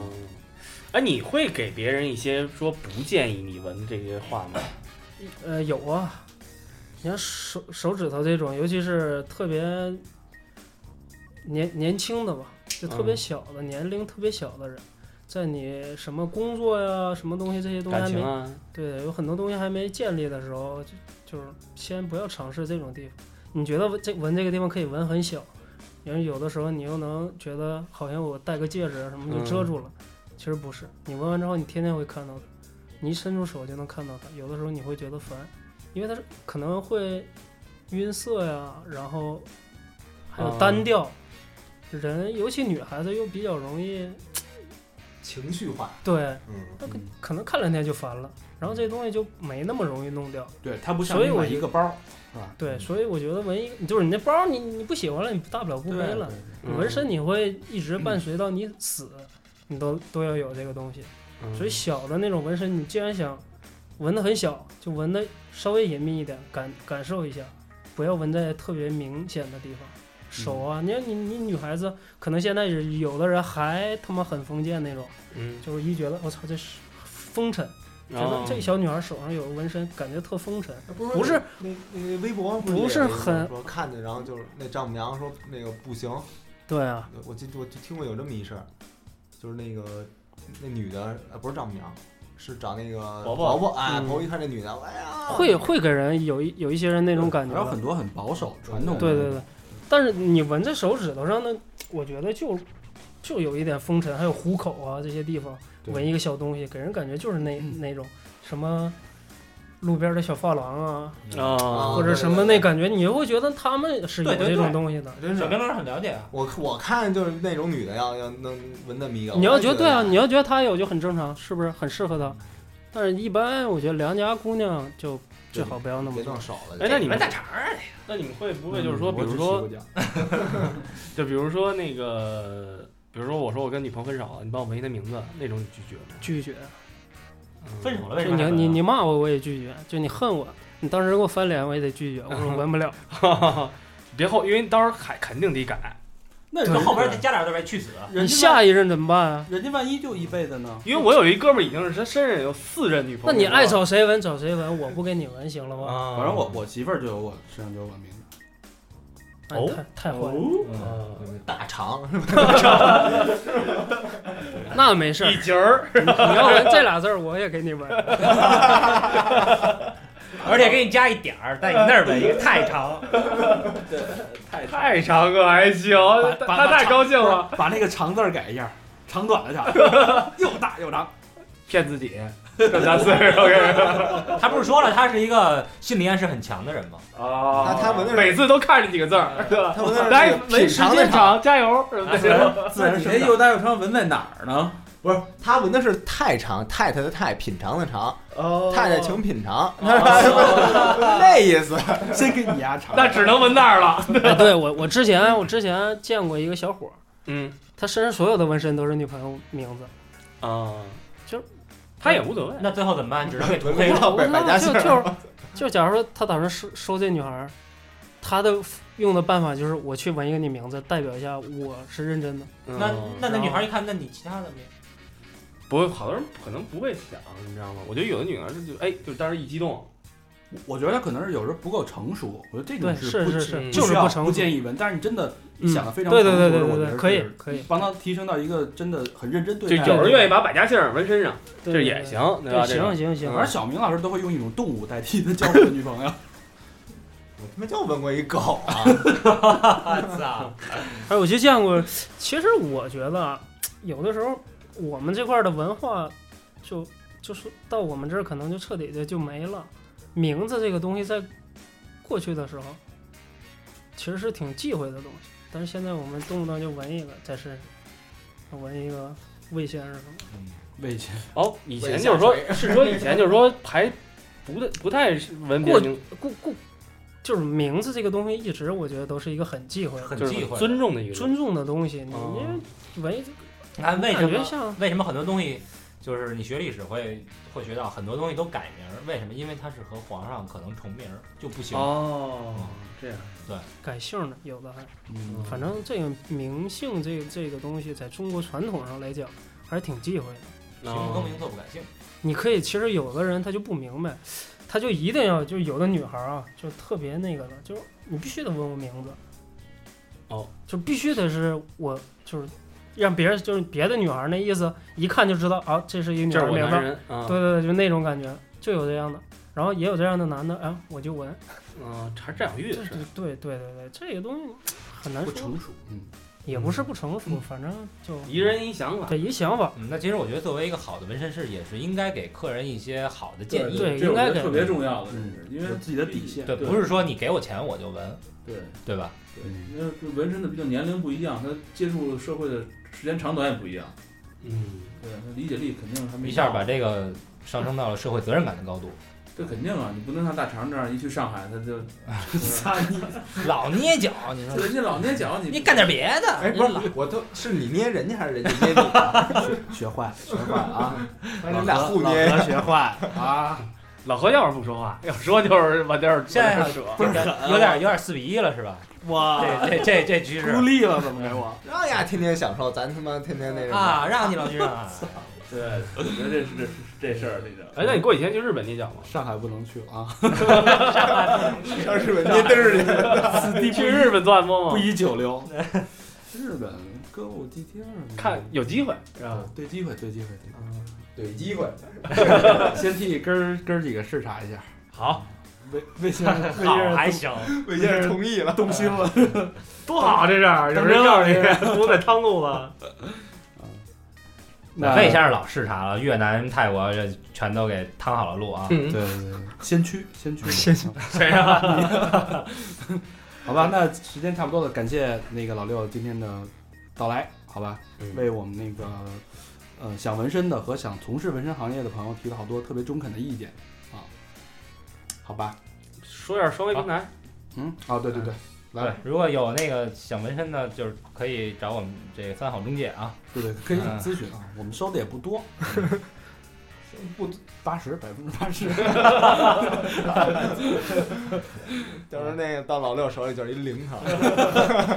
哎，你会给别人一些说不建议你纹的这些话吗？
呃，有啊，你看手手指头这种，尤其是特别年年轻的吧，就特别
嗯
小的、年龄特别小的人，在你什么工作呀、什么东西这些东西
感
还
情
没、
啊，
对，有很多东西还没建立的时候，就就是先不要尝试这种地方。你觉得纹这纹这个地方可以纹很小，因为有的时候你又能觉得好像我戴个戒指啊什么就遮
嗯
住了，其实不是。你纹完之后，你天天会看到它，你一伸出手就能看到它。有的时候你会觉得烦，因为它是可能会晕色呀，然后还有单
啊
调。人尤其女孩子又比较容易
情绪化，
对，
嗯，
那可可能看两天就烦了，然后这东西就没那么容易弄掉。
对，它不像
所以
你
我
买
觉
一个包，是吧？
对，所以我觉得纹一就是你那包你你不喜欢了，你大不了不
对
背了。
嗯
纹身你会一直伴随到你死，你都都要有这个东西。
嗯
所以小的那种纹身，你既然想纹的很小，就纹的稍微隐秘一点，感感受一下，不要纹在特别明显的地方。手啊，你看你你女孩子，可能现在是有的人还他妈很封建那种，
嗯，
就是一觉得我操这是风尘，觉
哦
得这小女孩手上有个纹身，感觉特风尘。
不
是
那那微博
不是
也有
很
说看见，然后就是那丈母娘说那个不行，
对啊，
我记我就听过有这么一事儿，就是那个那女的呃不是丈母娘，是找那个
婆婆
婆婆哎
嗯
婆婆一看这女的，哎呀
会会给人有一有一些人那种感觉
还有
的。
很多很保守传统的。
对对对，但是你纹在手指头上呢，我觉得就就有一点风尘，还有虎口啊这些地方
对
纹一个小东西，给人感觉就是那那种什么路边的小发廊啊，
哦，
啊
或者什么那感觉，你就会觉得他们是有
对对
这种
对
东西的。
真
小
是
明老师很了解啊，
我我看就是那种女的要要能纹那么一个，
你要
我
觉
也
得对啊，你要觉得他有就很正常，是不是很适合他？但是一般我觉得良家姑娘就最好不要那么
别
做
弄。手了，
哎，那你们
大肠儿啊，
那你们会不
嗯，
会就是说，比
我只
如
骑过
说，
脚
就比如说那个，比如说我说我跟女朋友分手了，你帮我纹一她名字，那种你拒绝吗？
拒绝，
嗯
分手了为什
就
么还纹啊？
你你你 骂我我也拒绝，就你恨我，你当时给我翻脸我也得拒绝，我说我纹不了。
别后，因为到时候还肯定得改。
那
对
人
后边再加俩字儿，去死。
人
你
家万
下一任怎么办啊？
人家万一就一辈子呢？
因为我有一哥们儿已经是他身上有四任女朋
那
友了，啊
你爱找谁纹找谁纹，我不给你纹行了吗？
啊
反正
嗯
我我媳妇儿就有我身上就有我名字，
哎
哦
太太坏了，
哦，
大肠，
那没事儿，
一截儿，
你要纹这俩字儿，我也给 你纹。
而且给你加一点儿，在你那儿纹一个 太长，
太长哥还行，
把
他太高兴了，
把那个长字儿改一下，长短的长， 又大又长。
骗自己，这么大岁数，OK
他不是说了，他是一个心理暗示很强的人吗？
哦
那 他纹的是
每次都看着几个字儿，对吧？
他不是
来，
挺
纹时
长的
间
肠，
长，加
啊
油什么的。
自然
你
生
这
长
又大又长纹在哪儿呢？
不是他纹的是太长，太太的太，品尝的尝，
哦
太太请品尝， 那意思。
先给你压长。
那只能纹那儿了。
哎，对我我之前我之前见过一个小伙儿，
嗯
他身上所有的纹身都是女朋友名字，
啊，
就是
他也无所谓。
那最后怎么办？只能给涂
没
黑了。
到
我
百
不知
百
道
家
就
姓儿
就是就假如说他打算收收这女孩儿，他的用的办法就是我去纹一个你名字，代表一下我是认真的。
那
嗯
那那女孩一看，那你其他的 没？
不会，好多人可能不会想，你知道吗？我觉得有的女孩就就哎，就当时一激动，
我觉得他可能是有时候不够成熟，我觉得这种
对，
是
是
不
是
需
是，
嗯
就
需
是
要
成
不
熟。
建议纹，但是你真的
嗯
想的非常
对
成熟
对对对
我
对
觉得
对，
是
可以可以，
帮他提升到一个真的很认真
就
对待。
有人愿意把百家姓儿纹身上，
对
这也。行，
对
对吧？
对
这
对
种嗯
行行行
反正，小明老师都会用一种动物代替他交我的女朋友。
我他妈就问过一狗啊，
我操！
哎，我就见过。其实我觉得啊，有的时候我们这块儿的文化就，就是到我们这儿可能就彻底的就没了。名字这个东西在过去的时候，其实是挺忌讳的东西，但是现在我们动不动就纹一个在身上，纹一个魏先生什么的。
魏姐，
哦， 以前就是说，是说以前就是说还不太不太纹别
过
人名，
故故就是名字这个东西，一直我觉得都是一个很忌讳的、
很
就是
忌讳的
尊重的一个
尊重的东西。你
哦
这纹一个，
你看哎为什
感觉
么？
像
为什么很多东西就是你学历史会会学到很多东西都改名儿？为什么？因为它是和皇上可能重名儿就不行。
哦，这样
改姓的，有的还。
嗯，
反正这个名姓这这个东西，在中国传统上来讲，还是挺忌讳的。
行不
哦
更名，坐不改姓。
你可以，其实有的人他就不明白，他就一定要，就有的女孩啊，就特别那个的，就是你必须得问我名字，
哦，
就必须得是我，就是让别人就是别的女孩那意思，一看就知道啊，这是一个女
这
孩
是我
名
男
字，
人啊，
对对对，就那种感觉，就有这样的。然后也有这样的男的，哎，我就闻，
呃
嗯，查占有欲
对
是
对对对对对，这个东西很难
不
说，
成熟，嗯，
也不是不成熟，反正就
一人一想法，
对一想法，
嗯，那其实我觉得作为一个好的纹身师，也是应该给客人一些好的建议。
对
这
应
我
该
觉
给
得特别重要的，真
嗯
是因为
有自己的底线
对，不是说你给我钱我就纹，
对
对吧？
对，因为纹身的毕竟年龄不一样，他接触社会的时间长短也不一样，
嗯，
对他理解力肯定还没
一下把
到
这个上升到了社会责任感的高度。
这肯定啊，你不能像大肠这样一去上海他 就，
老捏脚，你说
人家老捏脚你
你干点别的。
哎，不
人老
是，我都是你捏人家还是人家捏你啊？
学坏了，
学坏了啊！你们俩互捏
老何 学坏了啊。 老何要是不说话，要说就是往这儿往这
现在
儿扯，
啊
有点有点四比一了是吧？
哇
这这这这局势
孤立了，怎么给我？
让哎呀，天天享受，咱他妈天天那什么。
啊，让你老局长 啊，
对， 我觉得这是这这事儿，这个。
哎，那你过几天去日本捏脚吗？
上海不能去 了啊，
上日本捏嘚儿
去日本做按摩
不
吗？
宜久 留。日本歌舞伎町什么的
看有机会是
啊
吧？
对机会，对机会，对机
去，怼机会。
会 先替哥儿哥儿几个视察一 下。
好，
魏魏先生，
好还行，
魏先生同意了，
动心了，
多好这是，有人告诉你，我在汤路 了。
那
魏先生老视察了，越南、泰国这全都给趟好了路 啊。
对
嗯
对对，对先驱，先驱，
嗯先驱
谁啊？
好吧，那时间差不多了，感谢那个老六今天的到来，好吧，
嗯
为我们那个呃想纹身的和想从事纹身行业的朋友提了好多特别中肯的意见啊，好吧，
说点双微平台，
嗯，啊，对对对，
对，如果有那个想纹身的，就是可以找我们这个三好中介啊。
对对，可以
嗯
咨询啊，我们收的也不多，
不八十百分之八十，就是那个到老六手里就是一零头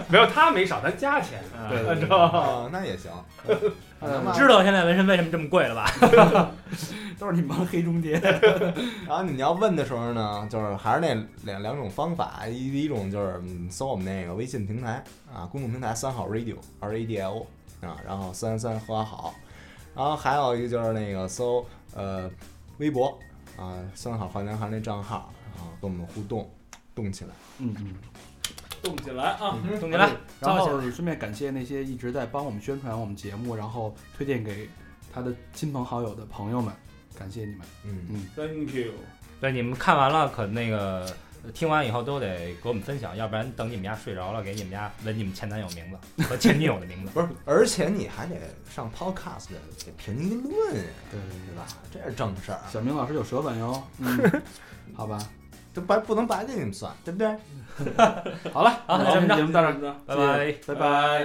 没有他没少，咱加钱，
对
知道吗？
啊，那也行，嗯
知道现在纹身为什么这么贵了吧？
呃都是你们黑中介。
然后你要问的时候呢，就是还是那两两种方法，一一种就是嗯搜我们那个微信平台啊，公众平台三好 radio r a d i o 啊，然后三三和好，然后还有一个就是那个搜呃微博啊，三好坏男孩那账号，然后跟我们互动，动起来。
嗯嗯。
动起来啊！
总结来，
然后顺便感谢那些一直在帮我们宣传我们节目，然后推荐给他的亲朋好友的朋友们，感谢你们。
嗯，
，Thank you，
对，你们看完了可那个听完以后都得给我们分享，要不然等你们家睡着了，给你们家纹你们前男友名字和前女友的名字。
不是，而且你还得上 Podcast 得评议论啊呀，
对对
对吧？这是正事儿，啊
小明老师有舌吻哟， 嗯，好吧，
这白不能白给你们算，对不对？
好了，好，
那
我
这么
们
着
节目到这儿，
拜拜。
拜拜。